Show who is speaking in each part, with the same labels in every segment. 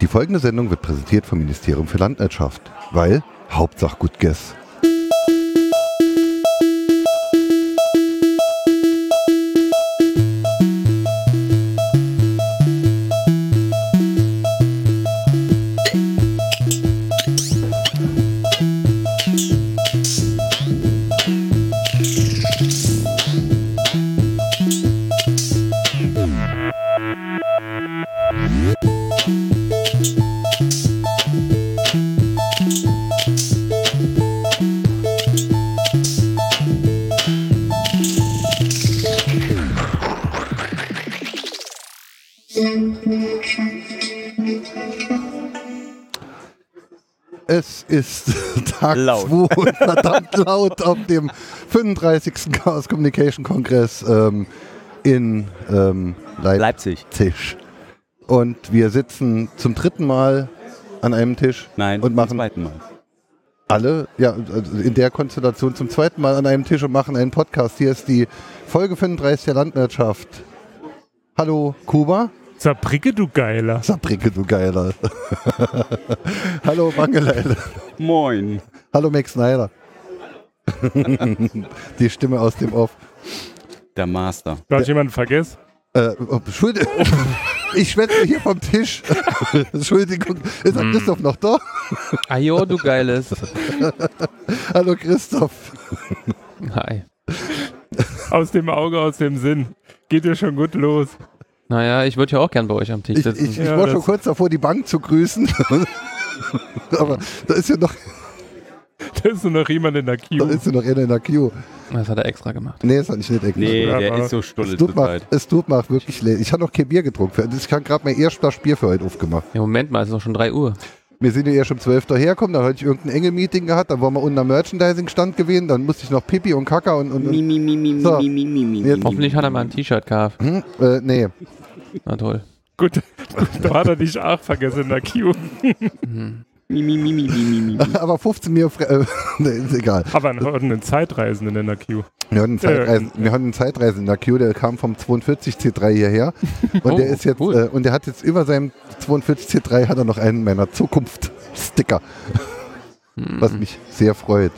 Speaker 1: Die folgende Sendung wird präsentiert vom Ministerium für Landwirtschaft, weil Hauptsache gut guess. Es ist Tag
Speaker 2: Laut.
Speaker 1: 2 und verdammt laut auf dem 35. Chaos Communication Kongress ähm, in ähm, Leipzig.
Speaker 2: Leipzig.
Speaker 1: Tisch. Und wir sitzen zum dritten Mal an einem Tisch
Speaker 2: Nein,
Speaker 1: und
Speaker 2: zum
Speaker 1: machen
Speaker 2: zweiten Mal.
Speaker 1: alle, ja, also in der Konstellation zum zweiten Mal an einem Tisch und machen einen Podcast. Hier ist die Folge 35 der Landwirtschaft. Hallo Kuba.
Speaker 3: Sabricke, du Geiler.
Speaker 1: Sabrike, du Geiler. Hallo Mangeleile.
Speaker 2: Moin.
Speaker 1: Hallo Max Snyder. die Stimme aus dem Off.
Speaker 2: Der Master.
Speaker 3: Da hat jemand vergessen.
Speaker 1: Äh, oh, Entschuldigung. Ich schwätze hier vom Tisch. Entschuldigung. Ist der Christoph noch da?
Speaker 4: Ajo, du Geiles.
Speaker 1: Hallo Christoph.
Speaker 4: Hi.
Speaker 3: Aus dem Auge, aus dem Sinn. Geht dir schon gut los.
Speaker 4: Naja, ich würde ja auch gern bei euch am Tisch
Speaker 1: Ich, ich,
Speaker 4: sitzen.
Speaker 1: ich
Speaker 3: Ja,
Speaker 1: war schon
Speaker 3: das-
Speaker 1: kurz davor, die Bank zu grüßen. Aber da ist ja noch,
Speaker 3: Da ist nur noch jemand in der
Speaker 1: da
Speaker 3: Queue.
Speaker 1: ist ja noch einer in der Queue.
Speaker 4: das hat er extra gemacht.
Speaker 1: Nee, ist doch nicht nicht
Speaker 2: Nee,
Speaker 3: Ja,
Speaker 2: der
Speaker 3: aber-
Speaker 2: ist so
Speaker 1: Es
Speaker 2: stulle
Speaker 1: tut, mir,
Speaker 2: zurzeit.
Speaker 1: es tut mir auch wirklich leid. Ich habe noch kein Bier getrunken. Ich habe gerade mein erster Bier für heute aufgemacht.
Speaker 4: Ja, Moment mal, es ist doch schon 3 Uhr.
Speaker 1: Wir sind ja erst um 12 daherkommen, dann hatte ich irgendein Engel-Meeting gehabt, dann waren wir unten am Merchandising-Stand gewesen, dann musste ich noch Pipi und Kaka und... und,
Speaker 2: Mi,
Speaker 1: und
Speaker 2: mi, mi, mi,
Speaker 1: So.
Speaker 2: mi, mi, mi, mi,
Speaker 1: Jetzt-
Speaker 2: mi,
Speaker 4: Hoffentlich
Speaker 2: mi,
Speaker 4: hat er
Speaker 2: mi.
Speaker 4: mal ein T-Shirt gehabt.
Speaker 1: hm, äh, nee,
Speaker 4: Na toll.
Speaker 3: Gut, da hat er dich auch vergessen in der Queue.
Speaker 2: Mi, mi, mi, mi, mi, mi, mi.
Speaker 1: aber 15 Bier... fre- Äh, nee, ist egal.
Speaker 3: Aber einen, einen Zeitreisenden in der Queue.
Speaker 1: Wir hatten einen Zeitreisen,
Speaker 3: Äh,
Speaker 1: wir hatten einen Zeitreisen. Der Q, der kam vom 42C3 hierher und
Speaker 4: Oh,
Speaker 1: der ist jetzt
Speaker 4: cool.
Speaker 1: äh, und der hat jetzt über seinem 42C3 hat er noch einen meiner Zukunft-Sticker, was mich sehr freut.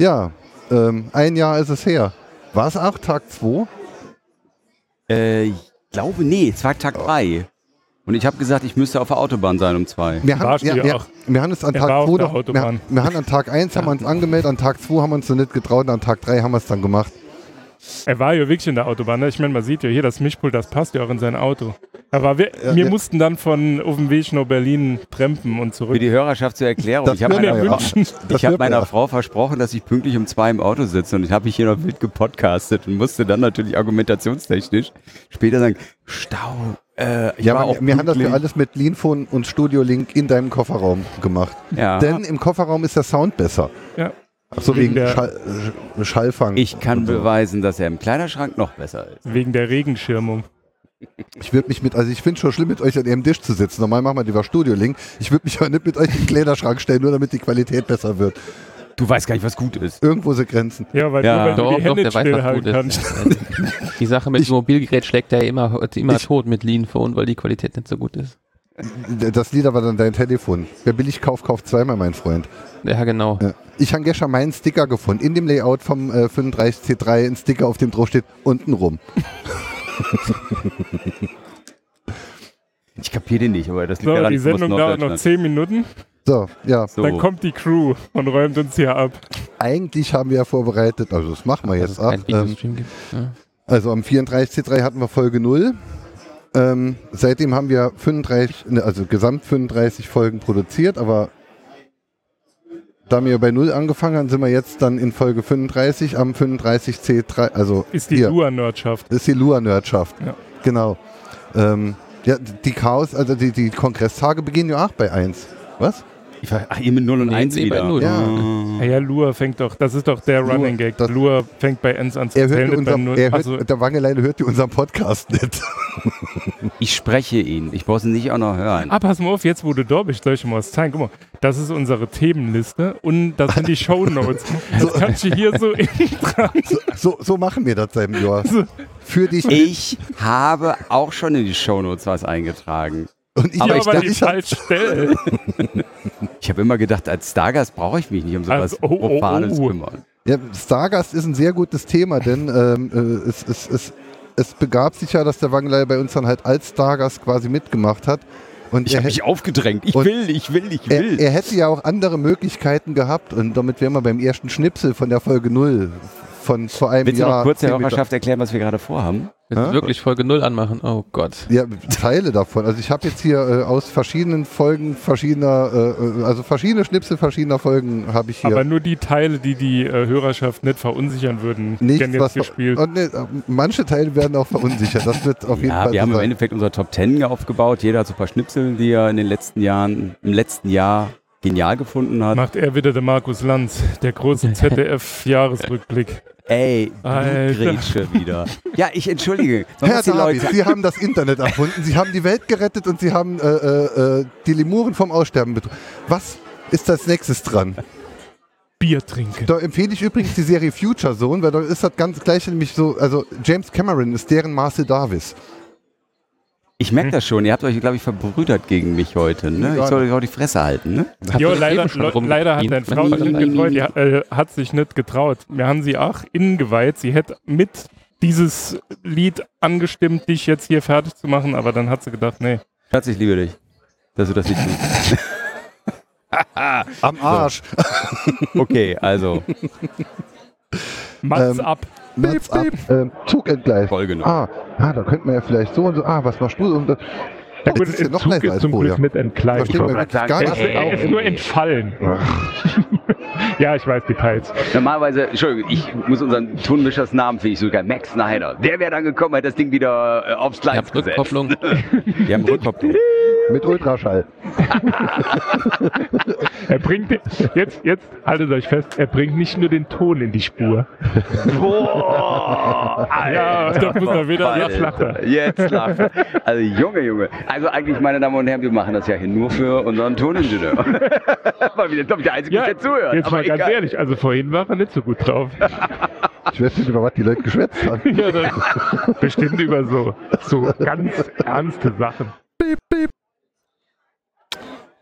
Speaker 1: Ja, ähm, ein Jahr ist es her. War es auch Tag 2?
Speaker 2: Äh, ich glaube, nee, es war Tag 3. Und ich habe gesagt, ich müsste auf der Autobahn sein um 2.
Speaker 1: Wir
Speaker 3: Warst
Speaker 1: wir,
Speaker 3: du
Speaker 1: wir,
Speaker 3: auch.
Speaker 1: wir haben es an
Speaker 3: Er
Speaker 1: Tag
Speaker 3: war auf
Speaker 1: 2
Speaker 3: der
Speaker 1: doch, wir,
Speaker 3: Autobahn.
Speaker 1: wir haben an Tag 1 haben wir uns angemeldet, an Tag 2 haben wir uns noch nicht getraut, und an Tag 3 haben wir es dann gemacht.
Speaker 3: Er war ja wirklich in der Autobahn. Ne? Ich meine, man sieht ja hier, das Mischpult, das passt ja auch in sein Auto. Aber wir,
Speaker 1: Ja,
Speaker 3: wir
Speaker 1: ja.
Speaker 3: mussten dann von auf dem Weg nach Berlin brempen und
Speaker 2: Für
Speaker 3: zurück.
Speaker 2: die Hörerschaft zur Erklärung.
Speaker 1: Das
Speaker 2: Ich habe
Speaker 1: wird ja,
Speaker 3: Wenn er
Speaker 1: ja.
Speaker 2: meiner,
Speaker 3: wünschen.
Speaker 1: Das
Speaker 2: ich hab
Speaker 1: wird
Speaker 2: meiner
Speaker 1: ja.
Speaker 2: Frau versprochen, dass ich pünktlich um 2 im Auto sitze. Und ich habe mich hier noch wild gepodcastet und musste dann natürlich argumentationstechnisch später sagen, Stau. Äh, ich
Speaker 1: Ja,
Speaker 2: war
Speaker 1: aber
Speaker 2: auch
Speaker 1: wir haben das ja
Speaker 2: pünktlich.
Speaker 1: alles mit Leanphone und Studio Link in deinem Kofferraum gemacht.
Speaker 2: Ja.
Speaker 1: Denn im Kofferraum ist der Sound besser.
Speaker 3: Ja.
Speaker 1: Ach so,
Speaker 3: Wegen
Speaker 1: wegen
Speaker 3: der-
Speaker 1: Schall, äh, Schallfang.
Speaker 2: Ich kann
Speaker 1: Und so.
Speaker 2: beweisen, dass er im Kleiderschrank noch besser ist.
Speaker 3: Wegen der Regenschirmung.
Speaker 1: Ich würde mich mit, also ich finde schon schlimm, mit euch an ihrem Tisch zu sitzen. Normal machen wir lieber Studio Link. Ich würde mich aber nicht mit euch in den Kleiderschrank stellen, nur damit die Qualität besser wird.
Speaker 2: Du weißt gar nicht, was gut ist.
Speaker 1: Irgendwo sind Grenzen.
Speaker 3: Ja, weil
Speaker 2: Ja.
Speaker 3: nur, wenn du
Speaker 4: Doch,
Speaker 3: die
Speaker 4: doch,
Speaker 3: Hände
Speaker 4: der weiß, was gut
Speaker 3: stillhalten kannst.
Speaker 4: ist. Die Sache mit dem Mobilgerät schlägt er immer, immer tot mit Lean Phone, weil die Qualität nicht so gut ist.
Speaker 1: Das Lieder war dann dein Telefon. Wer billig kauft, kauft zweimal, mein Freund.
Speaker 4: Ja, genau.
Speaker 1: Ja. Ich habe gestern meinen Sticker gefunden. In dem Layout vom äh, 35C3 ein Sticker, auf dem drauf steht, unten rum.
Speaker 2: Ich kapiere den nicht, aber das liegt
Speaker 3: So,
Speaker 2: daran,
Speaker 3: die
Speaker 2: ich muss
Speaker 3: Sendung dauert noch
Speaker 2: Norddeutschland.
Speaker 3: 10 Minuten.
Speaker 1: So, ja.
Speaker 2: So.
Speaker 3: Dann kommt die Crew und räumt uns hier ab.
Speaker 1: Eigentlich haben wir ja vorbereitet, also das machen wir
Speaker 4: Dass
Speaker 1: jetzt
Speaker 4: es
Speaker 1: ab.
Speaker 4: keinen
Speaker 1: Ähm,
Speaker 4: Videostream gibt. Ja.
Speaker 1: Also am 34C3 hatten wir Folge 0. Ähm, seitdem haben wir 35, ne, also gesamt 35 Folgen produziert, aber da wir bei 0 angefangen haben, sind wir jetzt dann in Folge 35 am 35C3, also
Speaker 3: Ist die
Speaker 1: hier.
Speaker 3: Lua-Nordschaft.
Speaker 1: Das ist die Lua-Nerdschaft.
Speaker 3: Ja.
Speaker 1: Genau. Ähm, ja, die Chaos, also die, die Kongresstage beginnen ja auch bei 1. Was?
Speaker 2: Ich war- Ach, ihr mit 0 und
Speaker 4: Nee,
Speaker 2: 1
Speaker 4: nee, bei
Speaker 2: wieder.
Speaker 4: null.
Speaker 3: Ah Ja, ja, Lua fängt doch, das ist doch der
Speaker 1: Mhm. Lua,
Speaker 3: Running Gag.
Speaker 1: das-
Speaker 3: Lua fängt bei Ends an zu
Speaker 1: Er hört
Speaker 3: zählen
Speaker 1: ja
Speaker 3: und bei
Speaker 1: unseren,
Speaker 3: Null-
Speaker 1: er hört,
Speaker 3: also,
Speaker 1: der Wangeleine hört ja unseren Podcast nicht.
Speaker 2: Ich spreche ihn. Ich brauche ihn nicht auch noch hören.
Speaker 3: Ah, pass mal auf, jetzt wo du da bist, soll ich dir mal was zeigen. Guck mal, das ist unsere Themenliste und das sind die Shownotes. Das kannst du hier so innen dran.
Speaker 1: So, so machen wir das seit Jahr. Für dich.
Speaker 2: Ich habe auch schon in die Shownotes was eingetragen.
Speaker 1: Und ich
Speaker 2: Aber
Speaker 5: aber
Speaker 2: ich dachte,
Speaker 5: die
Speaker 1: ich hab-
Speaker 5: falsche Stelle.
Speaker 2: Ich habe immer gedacht, als Stargast brauche ich mich nicht um sowas
Speaker 5: Also, oh, oh,
Speaker 2: Profanes
Speaker 5: oh.
Speaker 2: kümmern.
Speaker 1: Ja, Stargast ist ein sehr gutes Thema, denn ähm, äh, es, es, es, es begab sich ja, dass der Wangleier bei uns dann halt als Stargast quasi mitgemacht hat. Und
Speaker 2: Ich
Speaker 1: er,
Speaker 2: habe
Speaker 1: hä-
Speaker 2: mich aufgedrängt. Ich
Speaker 1: Und-
Speaker 2: will, ich will, ich
Speaker 1: er,
Speaker 2: will.
Speaker 1: er hätte ja auch andere Möglichkeiten gehabt und damit wären wir beim ersten Schnipsel von der Folge 0 von vor einem
Speaker 2: Willst du
Speaker 1: Jahr.
Speaker 2: noch kurz der
Speaker 1: zehn Minuten-
Speaker 2: Hörerschaft erklären, was wir gerade vorhaben?
Speaker 4: Jetzt
Speaker 1: Hä?
Speaker 4: wirklich Folge 0 anmachen. Oh Gott.
Speaker 1: Ja, Teile davon. Also ich habe jetzt hier äh, aus verschiedenen Folgen verschiedener, äh, äh, also verschiedene Schnipsel verschiedener Folgen habe ich hier.
Speaker 5: Aber nur die Teile, die die äh, Hörerschaft nicht verunsichern würden, werden
Speaker 1: nichts,
Speaker 5: jetzt
Speaker 1: was
Speaker 5: gespielt.
Speaker 1: und, ne, manche Teile werden auch verunsichert. Das wird auf jeden
Speaker 2: Ja,
Speaker 1: Fall
Speaker 2: wir
Speaker 1: so
Speaker 2: haben im
Speaker 1: sein.
Speaker 2: Endeffekt unser Top Ten aufgebaut. Jeder hat so ein paar Schnipsel, die er in den letzten Jahren, im letzten Jahr genial gefunden hat.
Speaker 5: Macht er wieder der Markus Lanz, der große ZDF-Jahresrückblick.
Speaker 2: Ey,
Speaker 5: Alter.
Speaker 2: Grätsche wieder. Ja, ich entschuldige. Man
Speaker 1: Herr
Speaker 2: muss die
Speaker 1: David,
Speaker 2: Leute,
Speaker 1: Sie haben das Internet erfunden, Sie haben die Welt gerettet und Sie haben äh, äh, äh, die Lemuren vom Aussterben bedroht. Was ist das nächstes dran?
Speaker 5: Bier trinken.
Speaker 1: Da empfehle ich übrigens die Serie Future Zone, weil da ist das ganz gleiche nämlich so, also James Cameron ist deren Marcel Davis.
Speaker 2: ich merke das schon. Ihr habt euch, glaube ich, verbrüdert gegen mich heute. Ne? Ich soll euch auch die Fresse halten. Ne?
Speaker 4: Hat
Speaker 5: Jo,
Speaker 4: doch
Speaker 5: leider,
Speaker 4: eben schon
Speaker 5: le-
Speaker 4: rumgedient.
Speaker 5: leider hat deine Frau sich nicht getraut. Die hat, äh, hat sich nicht getraut. Wir haben sie auch ingeweiht. Sie hätte mit dieses Lied angestimmt, dich jetzt hier fertig zu machen, aber dann hat sie gedacht, nee.
Speaker 2: Schatz, ich liebe dich. Dass du das nicht tust.
Speaker 1: Am Arsch.
Speaker 2: Okay, also,
Speaker 5: Mats
Speaker 1: Ähm,
Speaker 5: ab.
Speaker 1: Mats ab. Ähm, Zug entgleist.
Speaker 2: Folge
Speaker 1: Ah, ah, da könnte man ja vielleicht so und so. Ah, was machst du? Und das, ja, das ist ja noch leiser als vorher.
Speaker 5: mit
Speaker 1: Versteht man
Speaker 5: entkleidet.
Speaker 1: wirklich gar
Speaker 6: sagen,
Speaker 1: nicht.
Speaker 6: ey, ey,
Speaker 5: Er ist nur entfallen. ja, ich weiß Details.
Speaker 1: Ah.
Speaker 6: Normalerweise, Entschuldigung, ich muss unseren Tonmischers Namen für ich sogar Max Snyder. Der wäre dann gekommen, hat das Ding wieder äh, aufs
Speaker 4: Ich
Speaker 6: Gleis
Speaker 4: hab
Speaker 6: gesetzt.
Speaker 4: Rückkopplung.
Speaker 2: Wir haben Rückkopplung.
Speaker 1: Mit Ultraschall.
Speaker 5: Er bringt, jetzt, jetzt, haltet euch fest, er bringt nicht nur den Ton in die Spur.
Speaker 6: Boah, Alter,
Speaker 5: Ja, da muss er wieder
Speaker 6: Alter,
Speaker 5: lachen.
Speaker 6: äh, Jetzt lacht er. Also Junge, Junge. Also eigentlich, meine Damen und Herren, wir machen das ja hier nur für unseren Toningenieur. Weil wir sind der Einzige, der zuhört.
Speaker 5: jetzt mal ganz
Speaker 6: egal.
Speaker 5: ehrlich, also vorhin war er nicht so gut drauf.
Speaker 1: Ich weiß nicht, über was die Leute geschwätzt haben.
Speaker 5: ja, das bestimmt über so, so ganz ernste Sachen.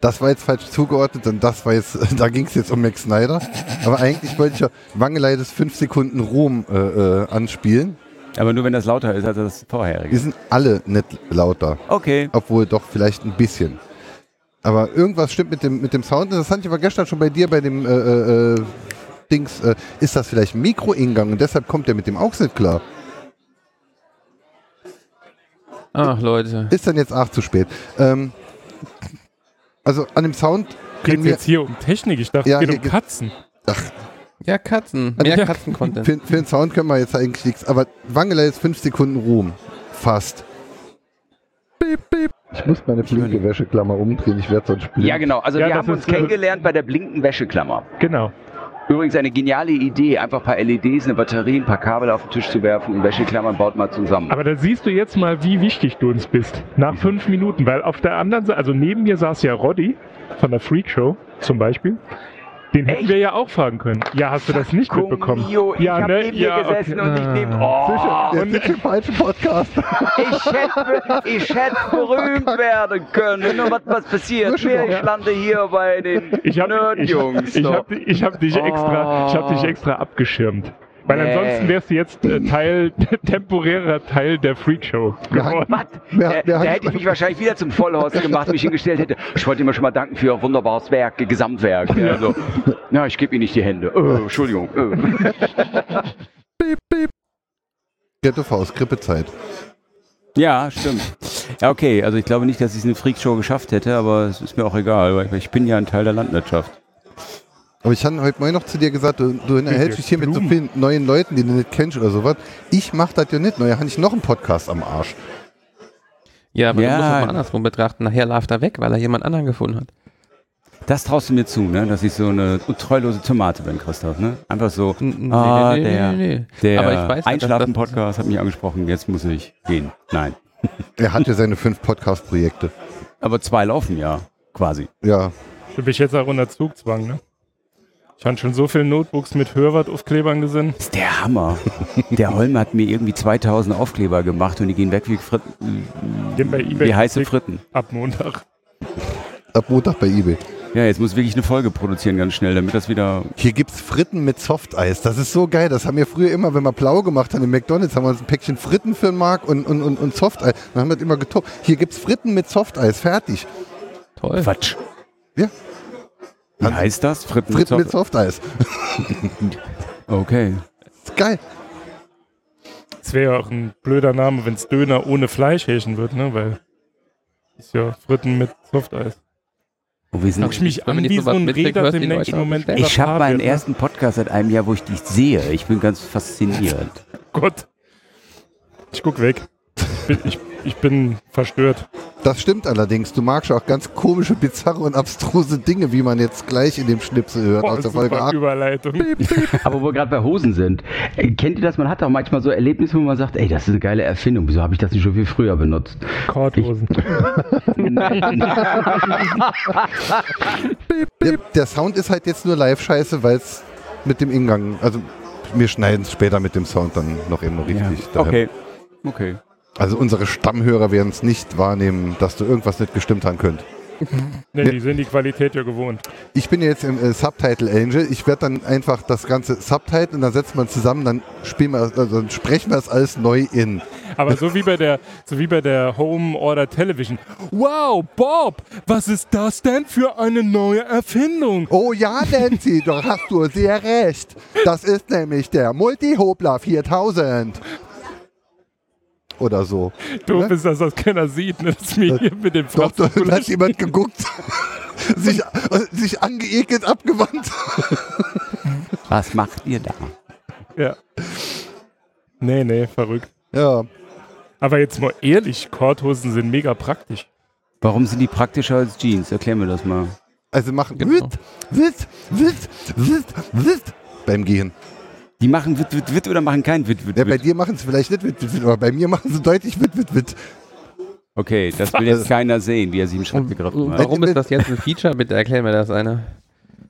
Speaker 1: Das war jetzt falsch zugeordnet und das war jetzt, da ging es jetzt um Max Snyder. Aber eigentlich wollte ich ja Wangelei des 5 Sekunden Ruhm äh, äh, anspielen.
Speaker 2: Aber nur, wenn das lauter ist als das
Speaker 1: Die
Speaker 2: vorherige.
Speaker 1: sind alle nicht lauter,
Speaker 2: Okay.
Speaker 1: obwohl doch vielleicht ein bisschen. Aber irgendwas stimmt mit dem, mit dem Sound. Das hatte ich aber gestern schon bei dir bei dem äh, äh, äh, Dings. Äh, ist das vielleicht ein Mikroeingang und deshalb kommt der mit dem auch nicht klar?
Speaker 4: Ach, Leute.
Speaker 1: Ist dann jetzt auch zu spät. Ähm, also an dem Sound
Speaker 5: Geht
Speaker 1: kriegen wir,
Speaker 5: jetzt hier um Technik? Ich dachte,
Speaker 1: Ja,
Speaker 5: es geht
Speaker 1: hier
Speaker 5: um
Speaker 1: geht-
Speaker 5: Katzen.
Speaker 4: Ja, Katzen. Mehr
Speaker 1: Ja.
Speaker 4: Katzen-Content.
Speaker 1: für, für den Sound können wir jetzt eigentlich nichts. Aber Wangelei ist 5 Sekunden Ruhm. Fast. Ich muss meine blinke Wäscheklammer umdrehen, ich werde sonst spielen.
Speaker 6: Ja, genau. Also
Speaker 5: Ja,
Speaker 6: wir
Speaker 5: das
Speaker 6: haben uns
Speaker 5: ist, äh,
Speaker 6: kennengelernt bei der blinkenden Wäscheklammer.
Speaker 5: Genau.
Speaker 6: Übrigens eine geniale Idee, einfach ein paar LEDs, eine Batterie, ein paar Kabel auf den Tisch zu werfen und Wäscheklammern baut mal zusammen.
Speaker 5: Aber da siehst du jetzt mal, wie wichtig du uns bist. Nach fünf Minuten. Weil auf der anderen Seite, also neben mir saß ja Roddy von der Freak Show zum Beispiel. Den hätten wir ja auch fragen können. Ja, hast du das nicht mitbekommen?
Speaker 6: Mio, ich
Speaker 5: ja,
Speaker 6: hab neben dir gesessen und ich
Speaker 5: Ah.
Speaker 6: neben... Oh,
Speaker 1: Der ist im falschen Podcast.
Speaker 6: ich hätte, ich hätte
Speaker 2: Oh
Speaker 6: berühmt werden können. Nur was, was passiert? Mir, ich lande hier bei den
Speaker 5: Ich habe ich,
Speaker 6: Nerdjungs. Oh.
Speaker 5: ich hab, di- ich hab dich, extra, ich hab dich extra abgeschirmt. Weil
Speaker 6: Nee.
Speaker 5: ansonsten wärst du jetzt äh, Teil, temporärer Teil der Freakshow geworden.
Speaker 6: Was?
Speaker 1: Wer-
Speaker 6: Äh,
Speaker 1: wer
Speaker 6: da
Speaker 1: hat-
Speaker 6: hätte ich mich wahrscheinlich wieder zum Vollhorst gemacht, mich hingestellt hätte. Ich wollte immer schon mal danken für Ihr wunderbares Werk, Ihr Gesamtwerk. Also, na, ich gebe Ihnen nicht die Hände. Oh, Entschuldigung. Oh.
Speaker 1: Ghetto Faust, Grippezeit.
Speaker 2: Ja, stimmt. Ja, okay. Also ich glaube nicht, dass ich es in eine Freakshow geschafft hätte, aber es ist mir auch egal, weil ich bin ja ein Teil der Landwirtschaft.
Speaker 1: Aber ich habe heute Morgen noch zu dir gesagt, du, du unterhältst dich hier mit so vielen neuen Leuten, die du nicht kennst oder sowas. Ich mache das ja nicht, neuer habe ich noch einen Podcast am Arsch.
Speaker 4: Ja, aber
Speaker 2: Ja.
Speaker 4: du musst das mal andersrum betrachten. Nachher läuft er weg, weil er jemand anderen gefunden hat.
Speaker 2: Das traust du mir zu, ne? Dass ich so eine treulose Tomate bin, Christoph, ne? Einfach so.
Speaker 4: N- n-
Speaker 2: ah,
Speaker 4: nee, nee, nee,
Speaker 2: der,
Speaker 4: nee, nee.
Speaker 2: der
Speaker 4: Hm. Aber ich weiß ja, dass das-
Speaker 2: Einschlafen-Podcast hat mich angesprochen, jetzt muss ich gehen. Nein.
Speaker 1: Er hat ja seine fünf Podcast-Projekte.
Speaker 2: Aber zwei laufen ja, quasi.
Speaker 1: Ja,
Speaker 5: Du bist jetzt auch unter Zugzwang, ne?
Speaker 3: Ich habe schon so viele Notebooks mit Hörwart-Aufklebern gesehen.
Speaker 2: Das ist der Hammer. Der Holm hat mir irgendwie 2000 Aufkleber gemacht und die gehen weg wie, Frit
Speaker 3: Den bei eBay
Speaker 2: wie heiße
Speaker 3: geklickt.
Speaker 2: Fritten.
Speaker 3: Ab Montag.
Speaker 1: Ab Montag bei eBay.
Speaker 2: Ja, jetzt muss wirklich eine Folge produzieren ganz schnell, damit das wieder...
Speaker 1: Hier gibt es Fritten mit Softeis. Das ist so geil. Das haben wir früher immer, wenn wir blau gemacht haben, im McDonalds haben wir uns ein Päckchen Fritten für den Mark und, und, und, und Softeis. Dann haben wir das immer getoppt. Hier gibt es Fritten mit Softeis. Fertig.
Speaker 4: Toll.
Speaker 2: Quatsch.
Speaker 1: Ja.
Speaker 2: Wie heißt das? Fritten,
Speaker 1: Fritten
Speaker 2: mit
Speaker 1: mit Softeis.
Speaker 2: Zopf- Okay.
Speaker 1: Ist geil.
Speaker 3: Es wäre ja auch ein blöder Name, wenn es Döner ohne Fleisch häschen wird, ne? Weil ist ja Fritten mit Softeis.
Speaker 2: Oh, wir sind
Speaker 3: Guck ich mich
Speaker 4: Wenn man
Speaker 3: an
Speaker 4: jetzt
Speaker 3: wie
Speaker 4: so
Speaker 3: so
Speaker 4: was
Speaker 3: ein
Speaker 4: mitkriegt,
Speaker 3: Reh, das
Speaker 4: hörst du
Speaker 3: im
Speaker 4: die
Speaker 3: nächsten
Speaker 4: Leute
Speaker 3: Moment
Speaker 2: ich habe
Speaker 3: überfahren
Speaker 2: meinen
Speaker 3: wird, ne?
Speaker 2: ersten Podcast seit einem Jahr, wo ich dich sehe. Ich bin ganz fasziniert.
Speaker 3: Oh Gott. Ich guck weg. Ich bin, ich, ich bin verstört.
Speaker 1: Das stimmt allerdings. Du magst auch ganz komische, bizarre und abstruse Dinge, wie man jetzt gleich in dem Schnipsel hört
Speaker 3: Boah,
Speaker 1: aus der Folge
Speaker 3: super
Speaker 1: 8.
Speaker 3: Überleitung.
Speaker 6: Aber wo wir gerade bei Hosen sind, äh, kennt ihr das? Man hat auch manchmal so Erlebnisse, wo man sagt, ey, das ist eine geile Erfindung. Wieso habe ich das nicht schon viel früher benutzt?
Speaker 5: Kordhosen.
Speaker 1: Der, der Sound ist halt jetzt nur live-scheiße, weil es mit dem Ingang. Also, wir schneiden es später mit dem Sound dann noch eben richtig. Daher-
Speaker 2: Okay. Okay.
Speaker 1: Also, unsere Stammhörer werden es nicht wahrnehmen, dass du irgendwas nicht gestimmt haben könnt.
Speaker 3: Ne, die sind die Qualität ja gewohnt.
Speaker 1: Ich bin ja jetzt im äh, Subtitle Angel. Ich werde dann einfach das ganze Subtitle und dann setzt man zusammen, dann spielen wir, also dann sprechen wir es alles neu in.
Speaker 3: Aber so wie bei der, so wie bei der Home Order Television. Wow, Bob, was ist das denn für eine neue Erfindung?
Speaker 1: Oh ja, Nancy, da hast du sehr recht. Das ist nämlich der Multihobler 4000. Oder so.
Speaker 3: Doof ist, dass das keiner sieht, ne? dass mir hier mit dem
Speaker 1: Doch, da hat
Speaker 3: Französisch
Speaker 1: jemand geguckt, sich, sich angeekelt abgewandt.
Speaker 2: Was macht ihr da?
Speaker 3: ja. Nee, nee, verrückt.
Speaker 1: Ja,
Speaker 3: Aber jetzt mal ehrlich, Korthosen sind mega praktisch.
Speaker 2: Warum sind die praktischer als Jeans? Erklär mir das mal.
Speaker 1: also machen
Speaker 4: Genau.
Speaker 1: wit, wit, wit, wit, wit beim Gehen.
Speaker 2: Die machen wit, wit, wit oder machen kein wit, wit,
Speaker 1: Ja, bei
Speaker 2: wit.
Speaker 1: dir machen es vielleicht nicht wit, wit, wit, aber bei mir machen sie deutlich wit, wit, wit.
Speaker 2: Okay, das will jetzt keiner sehen, wie er sich im Schritt gegriffen hat.
Speaker 4: Warum ist das jetzt ein Feature? Bitte erklär mir das einer.